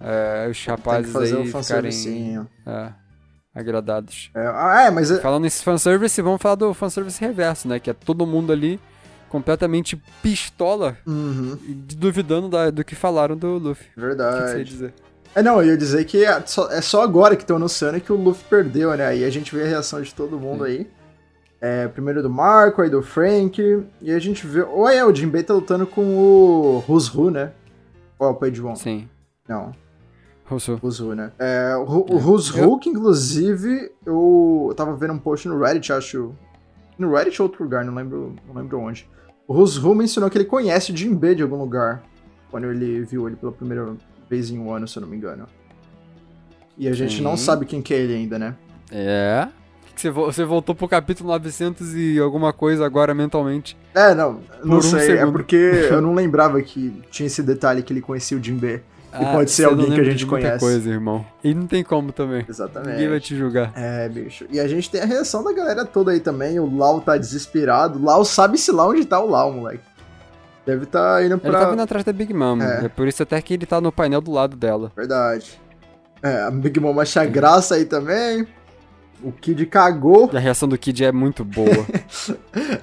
Speaker 2: é, os
Speaker 1: Tem que
Speaker 2: rapazes
Speaker 1: fazer um
Speaker 2: aí ficarem
Speaker 1: fanservicinho.
Speaker 2: é, agradados.
Speaker 1: É, ah, é, mas é-
Speaker 2: Falando nesse fanservice, vamos falar do fanservice reverso, né, que é todo mundo ali completamente pistola
Speaker 1: Uhum,
Speaker 2: e duvidando da- do que falaram do Luffy. O que, que você ia
Speaker 1: verdade.
Speaker 2: dizer?
Speaker 1: É, não, eu ia dizer que é só, é só agora que estão anunciando que o Luffy perdeu, né? Aí a gente vê a reação de todo mundo aí. É, primeiro do Marco, aí do Frank. E a gente vê. Ou é, o Jinbei tá lutando com o Rusru, né? Ou é o Pedron?
Speaker 2: Sim,
Speaker 1: Não,
Speaker 2: Rousseau.
Speaker 1: Rusru, né? É, o Ru- o Rusru, que inclusive eu tava vendo um post no Reddit, acho. No Reddit ou outro lugar, não lembro, não lembro onde. O Rusru mencionou que ele conhece o Jinbei de algum lugar. Quando ele viu ele pela primeira vez em um ano, se eu não me engano. E a gente não
Speaker 2: Sim.
Speaker 1: sabe quem que é ele ainda, né?
Speaker 2: É. Que que Você, vo- você voltou pro capítulo 900 e alguma coisa agora mentalmente.
Speaker 1: É, não, não
Speaker 2: um
Speaker 1: sei. É
Speaker 2: segundo.
Speaker 1: porque eu não lembrava que tinha esse detalhe que ele conhecia o Jinbei. pode ser
Speaker 2: você Ah, não
Speaker 1: alguém que a
Speaker 2: lembra
Speaker 1: gente
Speaker 2: de muita
Speaker 1: conhece.
Speaker 2: coisa, irmão. E não tem como também. Ninguém vai
Speaker 1: Exatamente.
Speaker 2: te julgar.
Speaker 1: É, bicho. E a gente tem a reação da galera toda aí também. O Lau tá desesperado. Lau sabe-se lá onde tá o Lau, moleque. Deve tá indo
Speaker 2: Ele tá
Speaker 1: pra.
Speaker 2: vindo atrás da Big Mom.
Speaker 1: É.
Speaker 2: É. por isso até que ele tá no painel do lado dela.
Speaker 1: Verdade. É, a Big Mom acha graça aí também. O Kid cagou.
Speaker 2: E a reação do Kid é muito boa.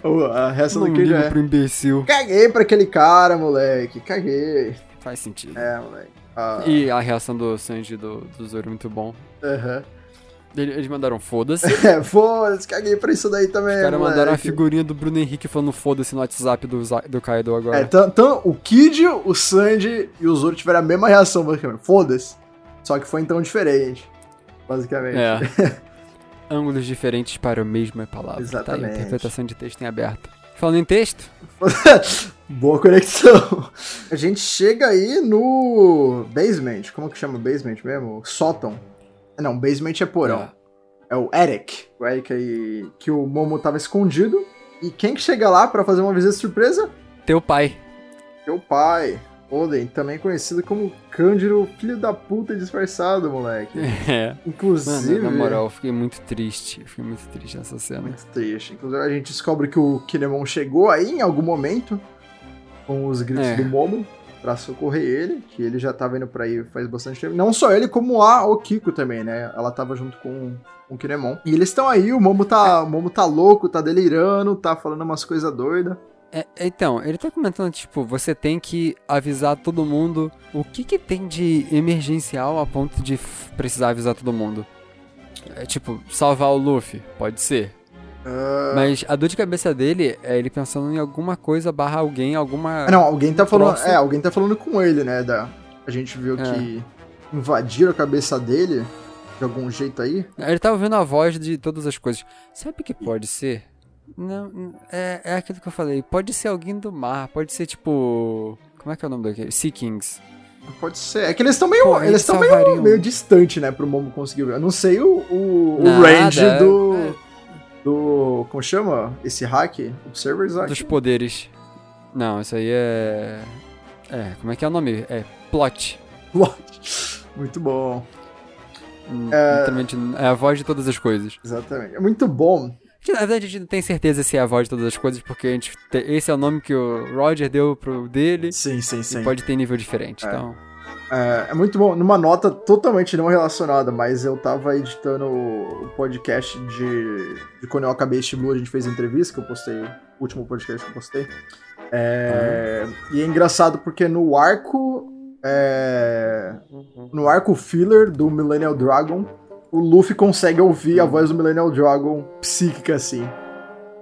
Speaker 1: O- A reação
Speaker 2: É. não
Speaker 1: do Kid
Speaker 2: ligo
Speaker 1: é.
Speaker 2: pro imbecil.
Speaker 1: Caguei pra aquele cara, moleque. Caguei.
Speaker 2: Faz sentido.
Speaker 1: É, moleque. Ah,
Speaker 2: E a reação do Sanji e do, do Zoro é muito bom.
Speaker 1: aham.
Speaker 2: Ele- Eles mandaram foda-se.
Speaker 1: É, foda-se, caguei pra isso daí também.
Speaker 2: Os caras
Speaker 1: moleque.
Speaker 2: mandaram a figurinha do Bruno Henrique falando foda-se no WhatsApp do, Za- do Kaido
Speaker 1: É,
Speaker 2: agora.
Speaker 1: tan- tan- o Kid, o Sanji e o Zoro tiveram a mesma reação, basicamente. Foda-se. Só que foi então diferente. Basicamente.
Speaker 2: É. Ângulos diferentes para a mesma palavra. Tá aí,
Speaker 1: Exatamente.
Speaker 2: a interpretação de texto em aberto. Falando em texto,
Speaker 1: Boa conexão. A gente chega aí no basement. Como que chama o basement mesmo? Sótão. Não, basement é porão.
Speaker 2: É.
Speaker 1: É o Eric. O Eric aí que o Momo tava escondido. E quem que chega lá pra fazer uma visita surpresa?
Speaker 2: teu pai.
Speaker 1: Meu pai. Oden, também conhecido como Cândido, filho da puta disfarçado, moleque.
Speaker 2: É.
Speaker 1: Inclusive. é
Speaker 2: Mano, na moral, eu fiquei muito triste. Eu fiquei muito triste nessa cena.
Speaker 1: Muito triste. Inclusive, a gente descobre que o Kinemon chegou aí em algum momento com os gritos
Speaker 2: É.
Speaker 1: do Momo pra socorrer ele, que ele já tava indo pra aí faz bastante tempo. Não só ele, como a Okiko também, né? Ela tava junto com com o Kinemon. E eles estão aí, o Momo tá, o Momo tá louco, tá delirando, tá falando umas coisas doidas.
Speaker 2: É, então, ele tá comentando, tipo, você tem que avisar todo mundo o que que tem de emergencial a ponto de f- precisar avisar todo mundo. É tipo, salvar o Luffy, pode ser. Mas a dor de cabeça dele é ele pensando em alguma coisa barra alguém, alguma.
Speaker 1: Ah, Não, alguém tá falando,
Speaker 2: Troço.
Speaker 1: é, alguém tá falando com ele, né, da a gente viu
Speaker 2: É.
Speaker 1: que invadiram a cabeça dele de algum jeito aí.
Speaker 2: Ele tá ouvindo a voz de todas as coisas. Sabe o que pode ser? Não, n- é, é aquilo que eu falei. Pode ser alguém do mar, pode ser tipo. Como é que é o nome daquele? Sea Kings.
Speaker 1: Pode ser. É que eles estão meio.
Speaker 2: Pô,
Speaker 1: eles
Speaker 2: eles
Speaker 1: estão meio,
Speaker 2: salvariam.
Speaker 1: meio distante, né? Pro Momo conseguir ver. Eu não sei o, o, o
Speaker 2: Nada,
Speaker 1: range do.
Speaker 2: é.
Speaker 1: Do. Como chama? Esse hack? Observers hack?
Speaker 2: dos poderes. Não, isso aí é. É, como é que é o nome? É plot.
Speaker 1: Muito bom.
Speaker 2: Hum, literalmente, É a voz de todas as coisas.
Speaker 1: Exatamente. É muito bom.
Speaker 2: Que, Na verdade, a gente não tem certeza se é a voz de todas as coisas, porque a gente te- esse é o nome que o Roger deu pro dele.
Speaker 1: Sim, sim, sim.
Speaker 2: E pode ter nível diferente,
Speaker 1: É.
Speaker 2: então.
Speaker 1: É, é muito bom. Numa nota totalmente não relacionada, mas eu tava editando o o podcast de, de quando eu acabei este Blue, a gente fez entrevista que eu postei, o último podcast que eu postei. É, E é engraçado porque no arco. é, no arco filler do Millennial Dragon, o Luffy consegue ouvir a voz do Millennial Dragon psíquica assim.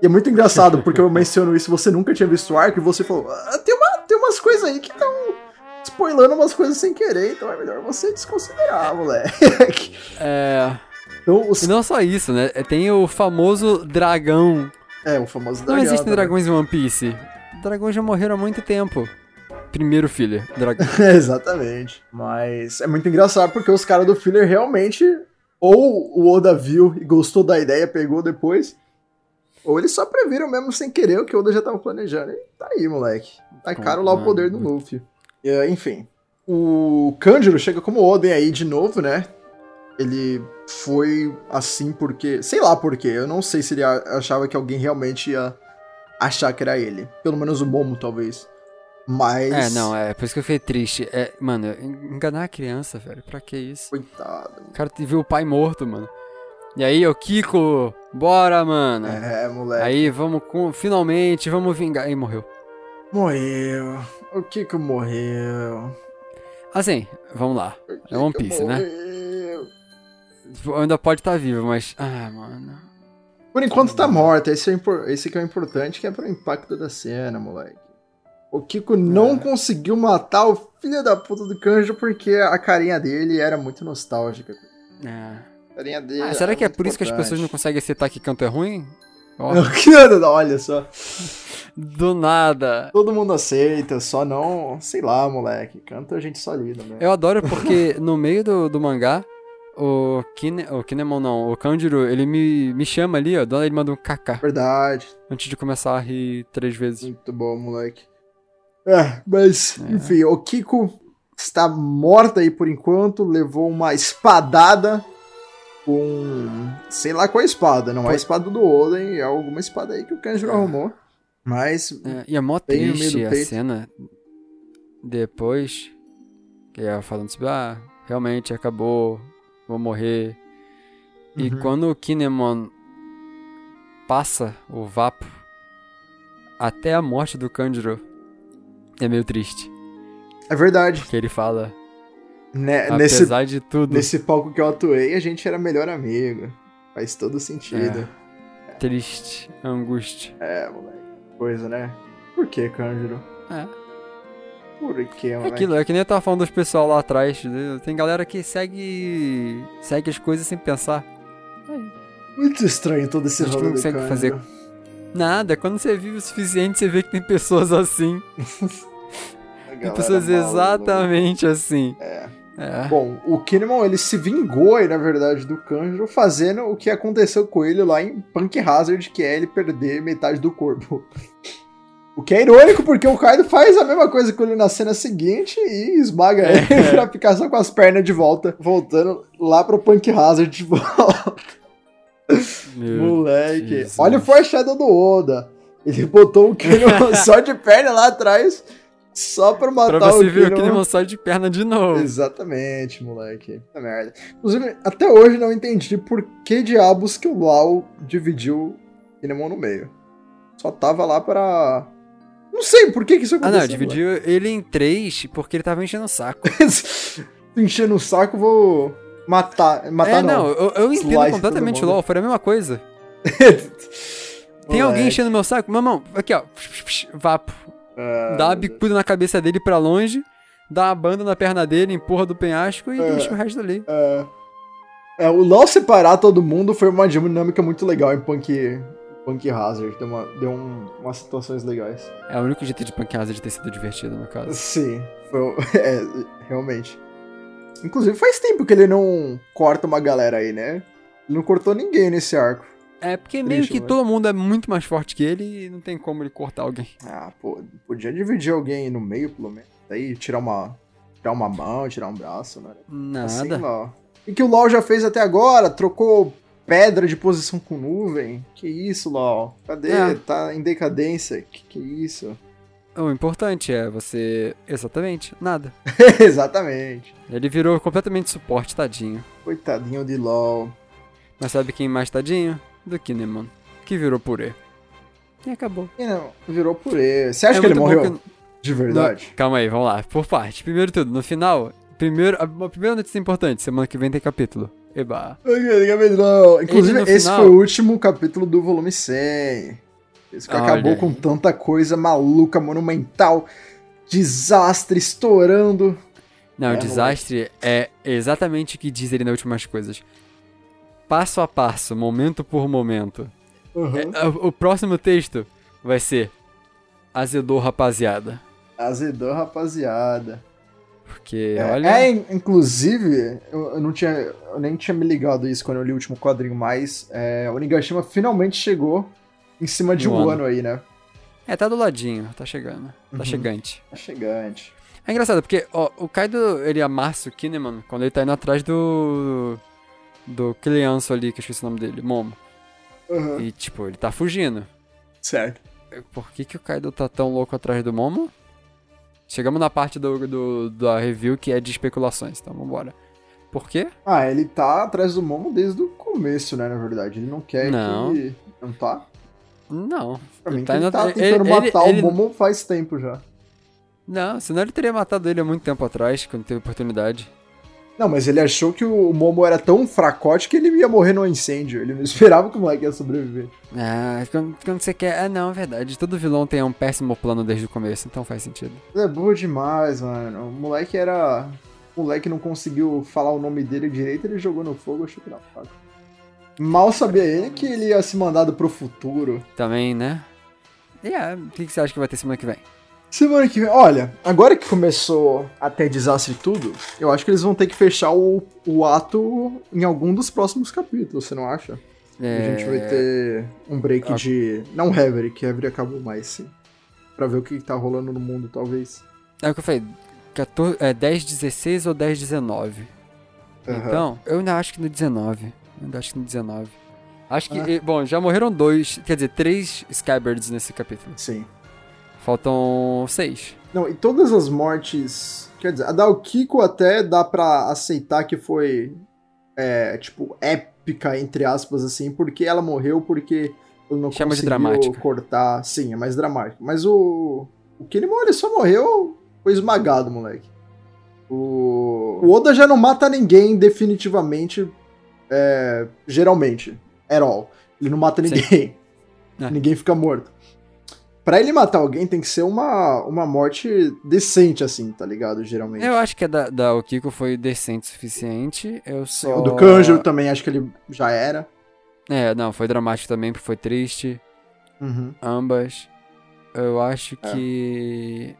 Speaker 1: E é muito engraçado, porque eu menciono isso, você nunca tinha visto o arco e você falou: "Ah, tem, uma, tem umas coisas aí que estão spoilando umas coisas sem querer, então é melhor você desconsiderar, moleque.
Speaker 2: É.
Speaker 1: Então, os,
Speaker 2: E não só isso, né? É, Tem o famoso dragão.
Speaker 1: é, o famoso
Speaker 2: Não
Speaker 1: dragão.
Speaker 2: existem
Speaker 1: né?
Speaker 2: dragões em One Piece. Dragões já morreram há muito tempo. Primeiro filho, dragão.
Speaker 1: É, Exatamente. Mas é muito engraçado porque os caras do filler realmente ou o Oda viu e gostou da ideia, pegou depois, ou eles só previram mesmo sem querer o que o Oda já tava planejando. E tá aí, moleque. Tá caro
Speaker 2: Ah,
Speaker 1: lá o poder do Luffy. É, enfim, o Kanjuro chega como Oden aí de novo, né? Ele foi assim porque, sei lá por quê, eu não sei se ele a- achava que alguém realmente ia achar que era ele. Pelo menos o Momo, talvez. Mas
Speaker 2: É, não, é por isso que eu fiquei triste. É, mano, en- enganar a criança, velho, pra que isso?
Speaker 1: Coitado.
Speaker 2: O cara te- viu o pai morto, mano. E aí, ô Kiko, bora, mano.
Speaker 1: É, moleque.
Speaker 2: né? Aí, vamos com. Finalmente, vamos vingar. E morreu.
Speaker 1: Morreu. O Kiko morreu.
Speaker 2: Assim, vamos lá. É One Piece, né?
Speaker 1: né?
Speaker 2: Tipo, Ainda pode estar vivo, mas. Ah, mano.
Speaker 1: Por enquanto tá morta. Esse, é o impor- esse que é o importante, que é pro impacto da cena, moleque. O
Speaker 2: É.
Speaker 1: Kiko não conseguiu matar o filho da puta do Kanjo porque a carinha dele era muito nostálgica.
Speaker 2: É.
Speaker 1: A carinha dele.
Speaker 2: Ah,
Speaker 1: era
Speaker 2: será que é
Speaker 1: muito
Speaker 2: por isso que as pessoas não
Speaker 1: importante.
Speaker 2: conseguem aceitar que canto é ruim? Ó,
Speaker 1: Olha só.
Speaker 2: do nada.
Speaker 1: Todo mundo aceita, só não. Sei lá, moleque. Canta a gente só lida, né?
Speaker 2: Eu adoro porque no meio do, do mangá, o, Kine, o Kinemon não, o Kanjiro, ele me, me chama ali, ó. do nada Ele manda um kaká
Speaker 1: Verdade.
Speaker 2: antes de começar a rir três vezes.
Speaker 1: Muito bom, moleque. É, mas, enfim, o Kiko está morta aí por enquanto, levou uma espadada com. sei lá qual espada, não é a espada do Oden, é alguma espada aí que o Kanjiro
Speaker 2: É.
Speaker 1: arrumou. Mas.
Speaker 2: É, e é mó
Speaker 1: Bem no meio
Speaker 2: triste
Speaker 1: do
Speaker 2: a
Speaker 1: peito.
Speaker 2: cena depois. Que é falando sobre, ah, realmente acabou, vou morrer. E
Speaker 1: Uhum.
Speaker 2: quando o Kinemon passa o vapo até a morte do Kanjiro, é meio triste.
Speaker 1: É verdade.
Speaker 2: Que ele fala:
Speaker 1: né, nesse,
Speaker 2: Apesar de tudo,
Speaker 1: nesse palco que eu atuei, a gente era melhor amigo. Faz todo sentido.
Speaker 2: triste, angústia.
Speaker 1: É, moleque. Coisa, né? Por que, Cândido?
Speaker 2: É,
Speaker 1: Por que,
Speaker 2: é
Speaker 1: moleque?
Speaker 2: aquilo, é que nem eu tava falando dos pessoal lá atrás. né? Tem galera que segue segue as coisas sem pensar.
Speaker 1: Muito estranho todo esse
Speaker 2: A gente
Speaker 1: rolê
Speaker 2: não
Speaker 1: do
Speaker 2: consegue
Speaker 1: Cândido.
Speaker 2: fazer Nada, quando você vive o suficiente, você vê que tem pessoas assim.
Speaker 1: A
Speaker 2: Tem
Speaker 1: galera
Speaker 2: pessoas
Speaker 1: maluca.
Speaker 2: exatamente assim.
Speaker 1: É.
Speaker 2: É.
Speaker 1: Bom, o Kinemon, ele se vingou aí, na verdade, do Kanjuro, fazendo o que aconteceu com ele lá em Punk Hazard, que é ele perder metade do corpo. O que é irônico, porque o Kaido faz a mesma coisa com ele na cena seguinte e esmaga
Speaker 2: É.
Speaker 1: ele pra ficar só com as pernas de volta, voltando lá pro Punk Hazard de volta.
Speaker 2: Meu
Speaker 1: Moleque,
Speaker 2: Jesus.
Speaker 1: olha o foreshadow do Oda. Ele botou o Kinemon só de perna lá atrás, só pra matar
Speaker 2: Pra
Speaker 1: o
Speaker 2: você ver o
Speaker 1: Kinemon.
Speaker 2: Kinemon sai de perna de novo.
Speaker 1: Exatamente, moleque. Puta merda. Inclusive, até hoje não entendi por que diabos que o Lau dividiu Kinemon no meio. Só tava lá pra. Não sei por que, que isso
Speaker 2: Ah,
Speaker 1: aconteceu.
Speaker 2: não, dividiu ele em três porque ele tava enchendo o saco.
Speaker 1: moleque. Tô Enchendo o saco, vou matar. Matar
Speaker 2: é,
Speaker 1: não.
Speaker 2: não, eu, eu entendo
Speaker 1: Slice
Speaker 2: completamente o
Speaker 1: todo mundo.
Speaker 2: LOL, foi a mesma coisa. Tem
Speaker 1: Moleque.
Speaker 2: alguém enchendo meu saco? Mamão, aqui ó, psh, psh, psh, vapo.
Speaker 1: Ah,
Speaker 2: Dá uma bicuda na cabeça dele pra longe, dá uma banda na perna dele, empurra do penhasco e
Speaker 1: É.
Speaker 2: deixa o resto ali.
Speaker 1: é, o Lau separar todo mundo foi uma dinâmica muito legal em Punk, Punk Hazard. Deu, uma, deu um- umas situações legais.
Speaker 2: É o único jeito de Punk Hazard ter sido divertido, no caso.
Speaker 1: Sim, foi, um- é, realmente. Inclusive faz tempo que ele não corta uma galera aí, né? Ele não cortou ninguém nesse arco.
Speaker 2: É porque meio
Speaker 1: Triste,
Speaker 2: que
Speaker 1: né?
Speaker 2: todo mundo é muito mais forte que ele e não tem como ele cortar alguém.
Speaker 1: Ah, pô, podia dividir alguém aí no meio, pelo menos. Daí tirar uma, tirar uma mão, tirar um braço, né? Assim,
Speaker 2: Nada.
Speaker 1: não. E que o LoL já fez até agora, trocou pedra de posição com nuvem. Que isso, LoL? Cadê?
Speaker 2: É.
Speaker 1: Tá em decadência. Que que isso?
Speaker 2: O importante é você. Exatamente, nada.
Speaker 1: Exatamente.
Speaker 2: Ele virou completamente suporte, tadinho.
Speaker 1: Coitadinho de LoL.
Speaker 2: Mas sabe quem é mais tadinho? Do Kinemon. Que virou purê. E acabou.
Speaker 1: E não, virou purê. Você acha que ele
Speaker 2: É muito bom
Speaker 1: morreu? De verdade?
Speaker 2: Calma aí, vamos lá. Por parte. Primeiro tudo, no final, primeiro, a, uma primeira notícia importante, semana que vem tem capítulo. Eba.
Speaker 1: Ok, Gabriel, não. Inclusive,
Speaker 2: no
Speaker 1: esse
Speaker 2: final-
Speaker 1: foi o último capítulo do volume 100. Isso que
Speaker 2: Olha
Speaker 1: acabou
Speaker 2: aí.
Speaker 1: com tanta coisa maluca, monumental, desastre estourando.
Speaker 2: Não,
Speaker 1: É,
Speaker 2: o desastre é exatamente o que diz ele nas últimas coisas. Passo a passo, momento por momento. É,
Speaker 1: Uhum.
Speaker 2: o, o próximo texto vai ser Azedou, rapaziada.
Speaker 1: É, Azedou, rapaziada.
Speaker 2: Porque,
Speaker 1: É,
Speaker 2: olha.
Speaker 1: é, in- inclusive, eu, eu não tinha, eu nem tinha me ligado isso quando eu li o último quadrinho, mas é, o Nigashima finalmente chegou em cima de
Speaker 2: Um
Speaker 1: um
Speaker 2: ano.
Speaker 1: ano aí, né?
Speaker 2: É, tá do ladinho, tá chegando. Tá
Speaker 1: Uhum.
Speaker 2: chegante.
Speaker 1: Tá chegante.
Speaker 2: É engraçado, porque ó, o Kaido, ele amassa o Kinemon quando ele tá indo atrás do. Do criança ali, que eu esqueci o nome dele, Momo.
Speaker 1: Uhum.
Speaker 2: E tipo, ele tá fugindo.
Speaker 1: Certo.
Speaker 2: Por que, que o Kaido tá tão louco atrás do Momo? Chegamos na parte do, do- da review que é de especulações, então vambora. Por quê?
Speaker 1: Ah, ele tá atrás do Momo desde o começo, né? Na verdade, ele não quer
Speaker 2: Não.
Speaker 1: que. Não tá?
Speaker 2: Não.
Speaker 1: Pra mim,
Speaker 2: Tá
Speaker 1: que ele
Speaker 2: indo
Speaker 1: tá
Speaker 2: atrás-
Speaker 1: tentando
Speaker 2: ele-
Speaker 1: matar
Speaker 2: ele-
Speaker 1: o Momo faz tempo já.
Speaker 2: Não, senão ele teria matado ele há muito tempo atrás, quando teve oportunidade.
Speaker 1: Não, mas ele achou que o Momo era tão fracote que ele ia morrer no incêndio. Ele não esperava que o moleque ia sobreviver.
Speaker 2: Ah, quando, quando você quer. Ah, não, é verdade. Todo vilão tem um péssimo plano desde o começo, então faz sentido.
Speaker 1: É burro demais, mano. O moleque era. O moleque não conseguiu falar o nome dele direito, ele jogou no fogo, achou que era fraco. Mal sabia ele que ele ia ser mandado pro futuro.
Speaker 2: Também, né? E ah, o que, que você acha que vai ter semana que vem?
Speaker 1: Semana que vem. Olha, agora que começou até desastre e tudo, eu acho que eles vão ter que fechar o, o ato em algum dos próximos capítulos, você não acha? A gente vai ter um break
Speaker 2: É. Ah.
Speaker 1: de. Não Reverie, que Reverie acabou mais, sim. Pra ver o que tá rolando no mundo, talvez.
Speaker 2: É o que eu falei, 14, é 10, 16 ou 10, 19.
Speaker 1: Aham.
Speaker 2: Então, eu ainda acho que no 19. Eu ainda acho que no 19. Acho que, eh, bom, já morreram dois, quer dizer, três Skybirds nesse capítulo.
Speaker 1: Sim.
Speaker 2: Faltam seis.
Speaker 1: Não, e todas as mortes. Quer dizer, a da Kiko até dá pra aceitar que foi. É, tipo, épica, entre aspas, assim, porque ela morreu porque ela não
Speaker 2: Chama de
Speaker 1: conseguiu
Speaker 2: dramática.
Speaker 1: cortar. Sim, é mais dramático. Mas o. O Kinemon, ele só morreu. Foi esmagado, moleque. O... o Oda já não mata ninguém definitivamente, é, geralmente, at all. Ele não mata ninguém.
Speaker 2: É.
Speaker 1: Ninguém fica morto. Pra ele matar alguém tem que ser uma, uma morte decente, assim, tá ligado? Geralmente.
Speaker 2: Eu acho que a da, da Okiko foi decente o suficiente. Eu só...
Speaker 1: O do Kanjuro também, acho que ele já era.
Speaker 2: É, não, foi dramático também, porque foi triste.
Speaker 1: Uhum.
Speaker 2: Ambas. Eu acho
Speaker 1: É.
Speaker 2: que.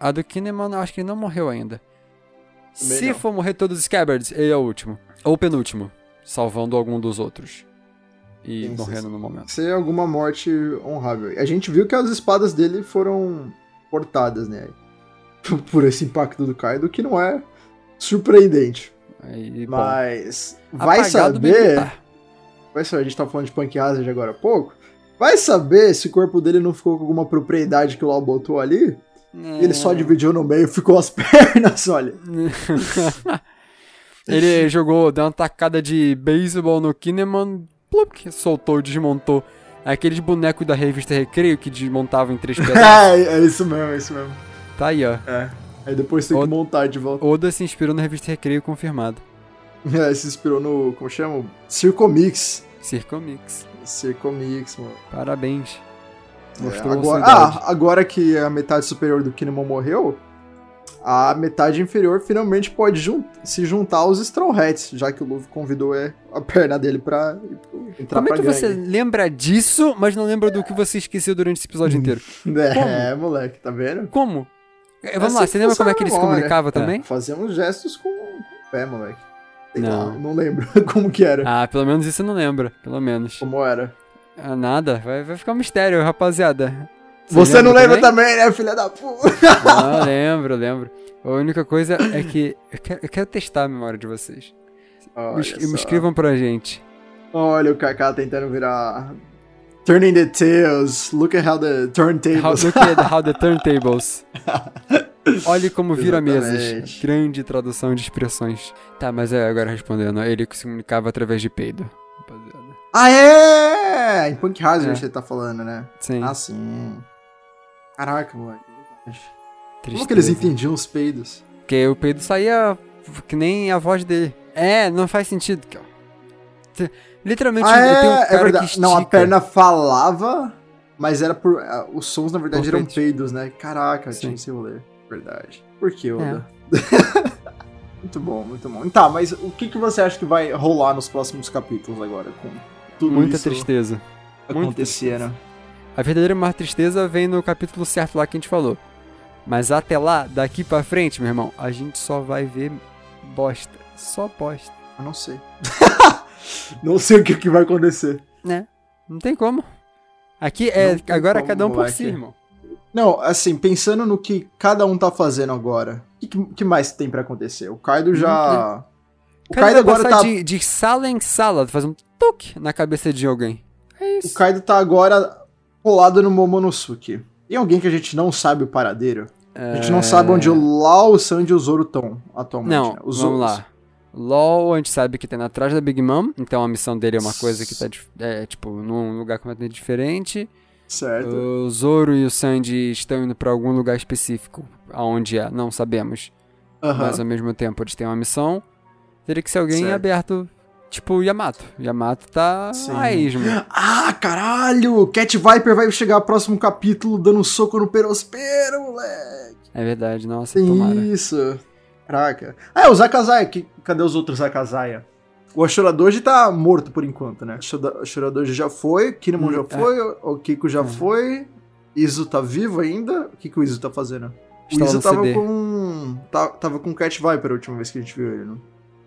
Speaker 2: A do Kinemon, eu acho que ele não morreu ainda.
Speaker 1: Também
Speaker 2: Se
Speaker 1: não.
Speaker 2: for morrer todos os Scabbards, ele é o último. Ou o penúltimo. Salvando algum dos outros. E
Speaker 1: Sim, sim,
Speaker 2: morrendo
Speaker 1: sim.
Speaker 2: no momento.
Speaker 1: Ser alguma morte honrável. E A gente viu que as espadas dele foram cortadas, né? Por esse impacto do Kaido, que não é surpreendente.
Speaker 2: Aí, bom,
Speaker 1: Mas vai
Speaker 2: apagado bem
Speaker 1: saber.
Speaker 2: tá.
Speaker 1: Vai saber, a gente tá falando de Punk Hazard agora há pouco. Vai saber se o corpo dele não ficou com alguma propriedade que o Lau botou ali. E
Speaker 2: É.
Speaker 1: ele só dividiu no meio e ficou as pernas, olha.
Speaker 2: ele jogou, deu uma tacada de beisebol no Kinemon, plup, soltou, desmontou. É Aqueles bonecos da revista Recreio que desmontavam em três pedaços.
Speaker 1: É, é isso mesmo, é isso mesmo.
Speaker 2: tá aí, ó.
Speaker 1: É. Aí depois tem que
Speaker 2: Ou-
Speaker 1: montar de volta.
Speaker 2: Oda se inspirou na revista Recreio confirmado.
Speaker 1: É, se inspirou no. Como chama? Circomix.
Speaker 2: Circomix.
Speaker 1: Circomix, mano.
Speaker 2: Parabéns. Mostrou
Speaker 1: É,
Speaker 2: a
Speaker 1: agora,
Speaker 2: sanidade.
Speaker 1: ah, agora que a metade superior do Kinemon morreu, a metade inferior finalmente pode jun- se juntar aos Straw Hats, já que o Luffy convidou é, a perna dele pra entrar
Speaker 2: Como
Speaker 1: pra
Speaker 2: é que você
Speaker 1: gangue.
Speaker 2: lembra disso, mas não lembra do que você esqueceu durante esse episódio inteiro?
Speaker 1: É, moleque, tá vendo? né?
Speaker 2: Como? É, Vamos
Speaker 1: Assim
Speaker 2: lá, você lembra como é que ele se
Speaker 1: funciona a
Speaker 2: comunicava também?
Speaker 1: Fazemos É, gestos com com o pé, moleque. Sei
Speaker 2: Não.
Speaker 1: lá, não lembro como que era.
Speaker 2: Ah, pelo menos isso eu não lembra. Pelo menos.
Speaker 1: Como era.
Speaker 2: Ah, nada. Vai, vai ficar um mistério, rapaziada.
Speaker 1: Você, não lembra também, né, filha da puta?
Speaker 2: Não, lembro, lembro. A única coisa é que eu quero, eu quero testar a memória de vocês. Me, es- me escrevam pra gente.
Speaker 1: Olha o Kaká tentando virar. Turning the tails. Look at how the
Speaker 2: How,
Speaker 1: turntables.
Speaker 2: look at how the turntables. Olhe como vira mesas.
Speaker 1: Exatamente.
Speaker 2: Grande tradução de expressões. Tá, mas é, agora respondendo. Ele se comunicava através de peido. Rapaziada.
Speaker 1: Ah, é! Em Punk Hazard
Speaker 2: É.
Speaker 1: você tá falando, né?
Speaker 2: Sim.
Speaker 1: Ah, sim. Caraca, moleque. Como
Speaker 2: tristeza.
Speaker 1: que eles entendiam os peidos?
Speaker 2: Porque o peido saía que nem a voz dele. É, não faz sentido. cara. T- Literalmente,
Speaker 1: Ah,
Speaker 2: eu tenho um
Speaker 1: é,
Speaker 2: cara
Speaker 1: é verdade.
Speaker 2: que
Speaker 1: Não, a
Speaker 2: estica.
Speaker 1: perna falava, mas era por. ah, Os sons, na verdade,
Speaker 2: Por
Speaker 1: eram
Speaker 2: peidos.
Speaker 1: peidos, né? Caraca,
Speaker 2: Sim.
Speaker 1: tinha esse rolê. Verdade. Por que, Oda?
Speaker 2: É.
Speaker 1: muito bom, muito bom. Tá, mas o que, que você acha que vai rolar nos próximos capítulos agora? Com tudo
Speaker 2: Muita
Speaker 1: isso
Speaker 2: tristeza. muita
Speaker 1: acontecendo.
Speaker 2: A verdadeira maior tristeza vem no capítulo certo lá que a gente falou. Mas até lá, daqui pra frente, meu irmão, a gente só vai ver bosta. Só bosta.
Speaker 1: Eu não sei. não sei o que, que vai acontecer.
Speaker 2: Não tem como. Aqui é
Speaker 1: Não tem
Speaker 2: agora
Speaker 1: como,
Speaker 2: cada um por
Speaker 1: moleque.
Speaker 2: si, irmão.
Speaker 1: Não, assim, pensando no que cada um tá fazendo agora, o que, que- que mais tem pra acontecer? O Kaido já. O
Speaker 2: Cada
Speaker 1: Kaido
Speaker 2: vai
Speaker 1: agora
Speaker 2: passar
Speaker 1: tá.
Speaker 2: de, de sala em sala, fazer um toque na cabeça de alguém. É
Speaker 1: O
Speaker 2: isso.
Speaker 1: Kaido tá agora colado no Momonosuke. E alguém que a gente não sabe o paradeiro. A gente não sabe onde o Lau, o Sanji e o Zoro estão atualmente.
Speaker 2: É. Não,
Speaker 1: né? Os
Speaker 2: vamos
Speaker 1: outros.
Speaker 2: lá. LOL, a gente sabe que tem atrás da Big Mom, então a missão dele é uma coisa que tá, dif- é, tipo, num lugar completamente diferente.
Speaker 1: Certo.
Speaker 2: O Zoro e o Sanji estão indo pra algum lugar específico, aonde é, não sabemos.
Speaker 1: Aham.
Speaker 2: Mas ao mesmo tempo eles têm uma missão. Teria que ser alguém
Speaker 1: Certo.
Speaker 2: aberto, tipo o Yamato. Yamato tá
Speaker 1: Sim.
Speaker 2: a esmo.
Speaker 1: Ah, caralho! Cat Viper vai chegar ao próximo capítulo dando um soco no Perospero, moleque!
Speaker 2: É verdade, nossa, tomara.
Speaker 1: Isso! Caraca. Ah, é, o Zakazaya. Que... Cadê os outros Zakazaya? O Ashuradoji tá morto por enquanto, né? O Ashuradoji já foi, Kinemon
Speaker 2: Hum,
Speaker 1: já
Speaker 2: é.
Speaker 1: foi, o Kiko já
Speaker 2: Uhum.
Speaker 1: foi, Izu tá vivo ainda. O que, que o Izu tá fazendo? o
Speaker 2: Estava
Speaker 1: Izu
Speaker 2: no
Speaker 1: tava
Speaker 2: CD.
Speaker 1: com. tá- tava com o Cat Viper a última vez que a gente viu ele, não?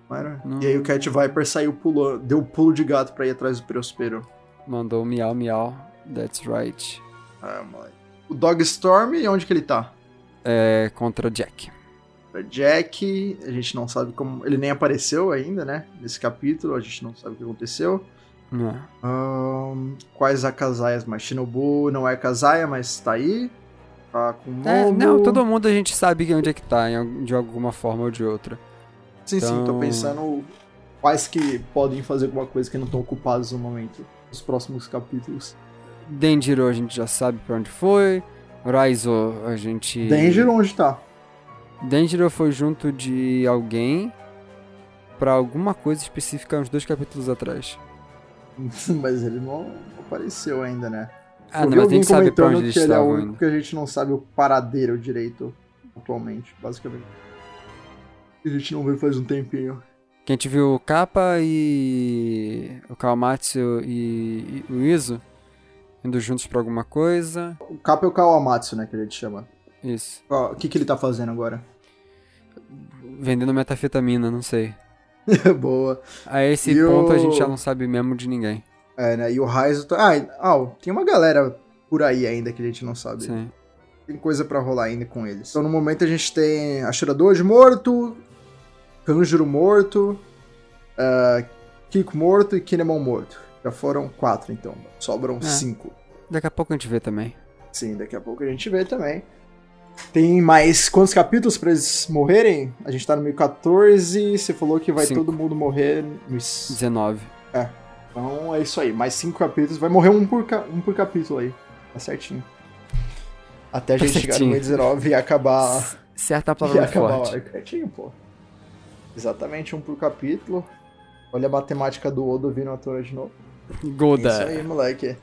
Speaker 1: Não era?
Speaker 2: Não.
Speaker 1: E aí o Cat Viper saiu pulando, deu um pulo de gato pra ir atrás do Perospero.
Speaker 2: Mandou um miau, miau. That's right.
Speaker 1: Ah, moleque. O Dog Storm, e onde que ele tá?
Speaker 2: É contra Jack.
Speaker 1: Jack, a gente não sabe como. Ele nem apareceu ainda, né? Nesse capítulo, a gente não sabe o que aconteceu.
Speaker 2: Não. é?
Speaker 1: Ahn, quais a casaias mais? Shinobu não é casaia, mas tá aí. Tá com Momo.
Speaker 2: É, não, todo mundo a gente sabe onde é que tá, em al- de alguma forma ou de outra.
Speaker 1: Sim, sim, tô
Speaker 2: então-
Speaker 1: pensando quais que podem fazer alguma coisa que não estão ocupados no momento. Nos próximos capítulos.
Speaker 2: Denjiro a gente já sabe pra onde foi. Raizo a gente.
Speaker 1: Danger, onde tá?
Speaker 2: Dangero foi junto de alguém pra alguma coisa específica uns dois capítulos atrás.
Speaker 1: mas ele não apareceu ainda, né?
Speaker 2: Ah,
Speaker 1: Eu
Speaker 2: não,
Speaker 1: vi
Speaker 2: mas tem
Speaker 1: alguém
Speaker 2: que saber pra
Speaker 1: comentando
Speaker 2: onde eles
Speaker 1: que ele é o
Speaker 2: estavam
Speaker 1: único
Speaker 2: indo.
Speaker 1: que a gente não sabe o paradeiro direito atualmente, basicamente. A gente não vê faz um tempinho.
Speaker 2: Que a gente viu o Kappa e o Kawamatsu e, e o Izo indo juntos pra alguma coisa.
Speaker 1: O Kappa é o Kawamatsu, né, que ele te chama.
Speaker 2: Isso.
Speaker 1: Ó, O que, que ele tá fazendo agora?
Speaker 2: Vendendo metafetamina, não sei.
Speaker 1: Boa.
Speaker 2: A esse
Speaker 1: E
Speaker 2: ponto a
Speaker 1: o-
Speaker 2: gente já não sabe mesmo de ninguém.
Speaker 1: É, né, e o Raizo tá... Ah, ah, tem uma galera por aí ainda que a gente não sabe.
Speaker 2: Sim.
Speaker 1: Tem coisa pra rolar ainda com eles. Então, no momento, a gente tem Ashura 2 morto, Kanjuro morto, ah, Kiko morto e Kinemon morto. Já foram quatro, então.
Speaker 2: É.
Speaker 1: Sobram cinco.
Speaker 2: Daqui a pouco a gente vê também.
Speaker 1: Sim, daqui a pouco a gente vê também. Tem mais quantos capítulos pra eles morrerem? A gente tá no 1014, você falou que vai
Speaker 2: Cinco.
Speaker 1: todo mundo morrer nos...
Speaker 2: 19.
Speaker 1: Então é isso aí, mais cinco capítulos, vai morrer um por, ca- um por capítulo aí, tá certinho. Até a
Speaker 2: Tá
Speaker 1: gente chegar no
Speaker 2: certinho.
Speaker 1: 1019 e acabar...
Speaker 2: C- Certa a
Speaker 1: Ah. E
Speaker 2: palavra
Speaker 1: acabar o
Speaker 2: forte.
Speaker 1: arco. Certinho, pô. Exatamente um por capítulo. Olha a matemática do Odo vindo à tona de novo. É Isso
Speaker 2: Goda.
Speaker 1: aí, moleque.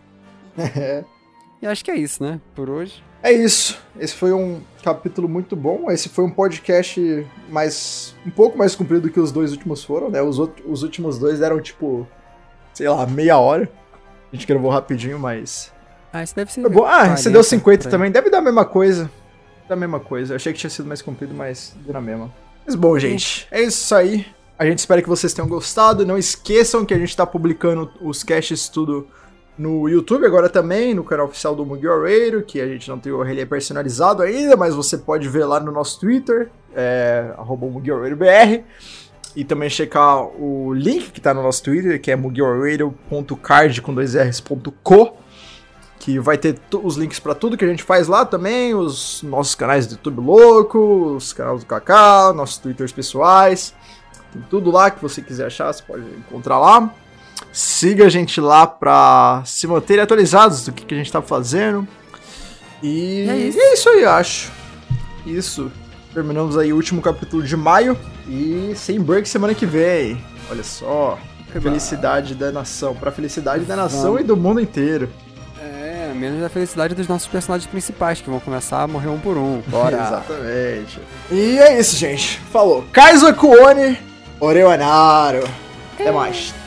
Speaker 2: E acho que é isso, né? Por hoje.
Speaker 1: É isso. Esse foi um capítulo muito bom. Esse foi um podcast mais. um pouco mais comprido que os dois últimos foram, né? Os, outros, os últimos dois eram tipo. sei lá, meia hora. A gente gravou rapidinho, mas.
Speaker 2: Ah, isso deve ser.
Speaker 1: Foi bom. Ah, você deu
Speaker 2: 40,
Speaker 1: 50
Speaker 2: por aí.
Speaker 1: também. Deve dar a mesma coisa. Da mesma coisa. Eu achei que tinha sido mais comprido, mas deu na mesma. Mas bom, gente, é isso aí. A gente espera que vocês tenham gostado. Não esqueçam que a gente tá publicando os casts tudo no YouTube agora também, no canal oficial do Mugi Oreiro, que a gente não tem o relé personalizado ainda, mas você pode ver lá no nosso Twitter, é, arroba MugiOreiroBR, e também checar o link que tá no nosso Twitter, que é mugioreiro.card com dois R's.co que vai ter tu- os links pra tudo que a gente faz lá também, os nossos canais do YouTube Louco, os canais do Kaká, nossos twitters pessoais, tem tudo lá que você quiser achar, você pode encontrar lá. Siga a gente lá pra se manter atualizados do que, que a gente tá fazendo. E
Speaker 2: É
Speaker 1: é
Speaker 2: isso.
Speaker 1: isso, aí, eu acho. Isso. Terminamos aí o último capítulo de maio e sem break semana que vem. Olha só. Felicidade da nação. Pra felicidade da nação
Speaker 2: Vamos.
Speaker 1: e do mundo inteiro.
Speaker 2: É, menos a felicidade dos nossos personagens principais, que vão começar a morrer um por um. Bora.
Speaker 1: Exatamente. E é isso, gente. Falou. Kaizo Kuone, Oreonaro. Até mais.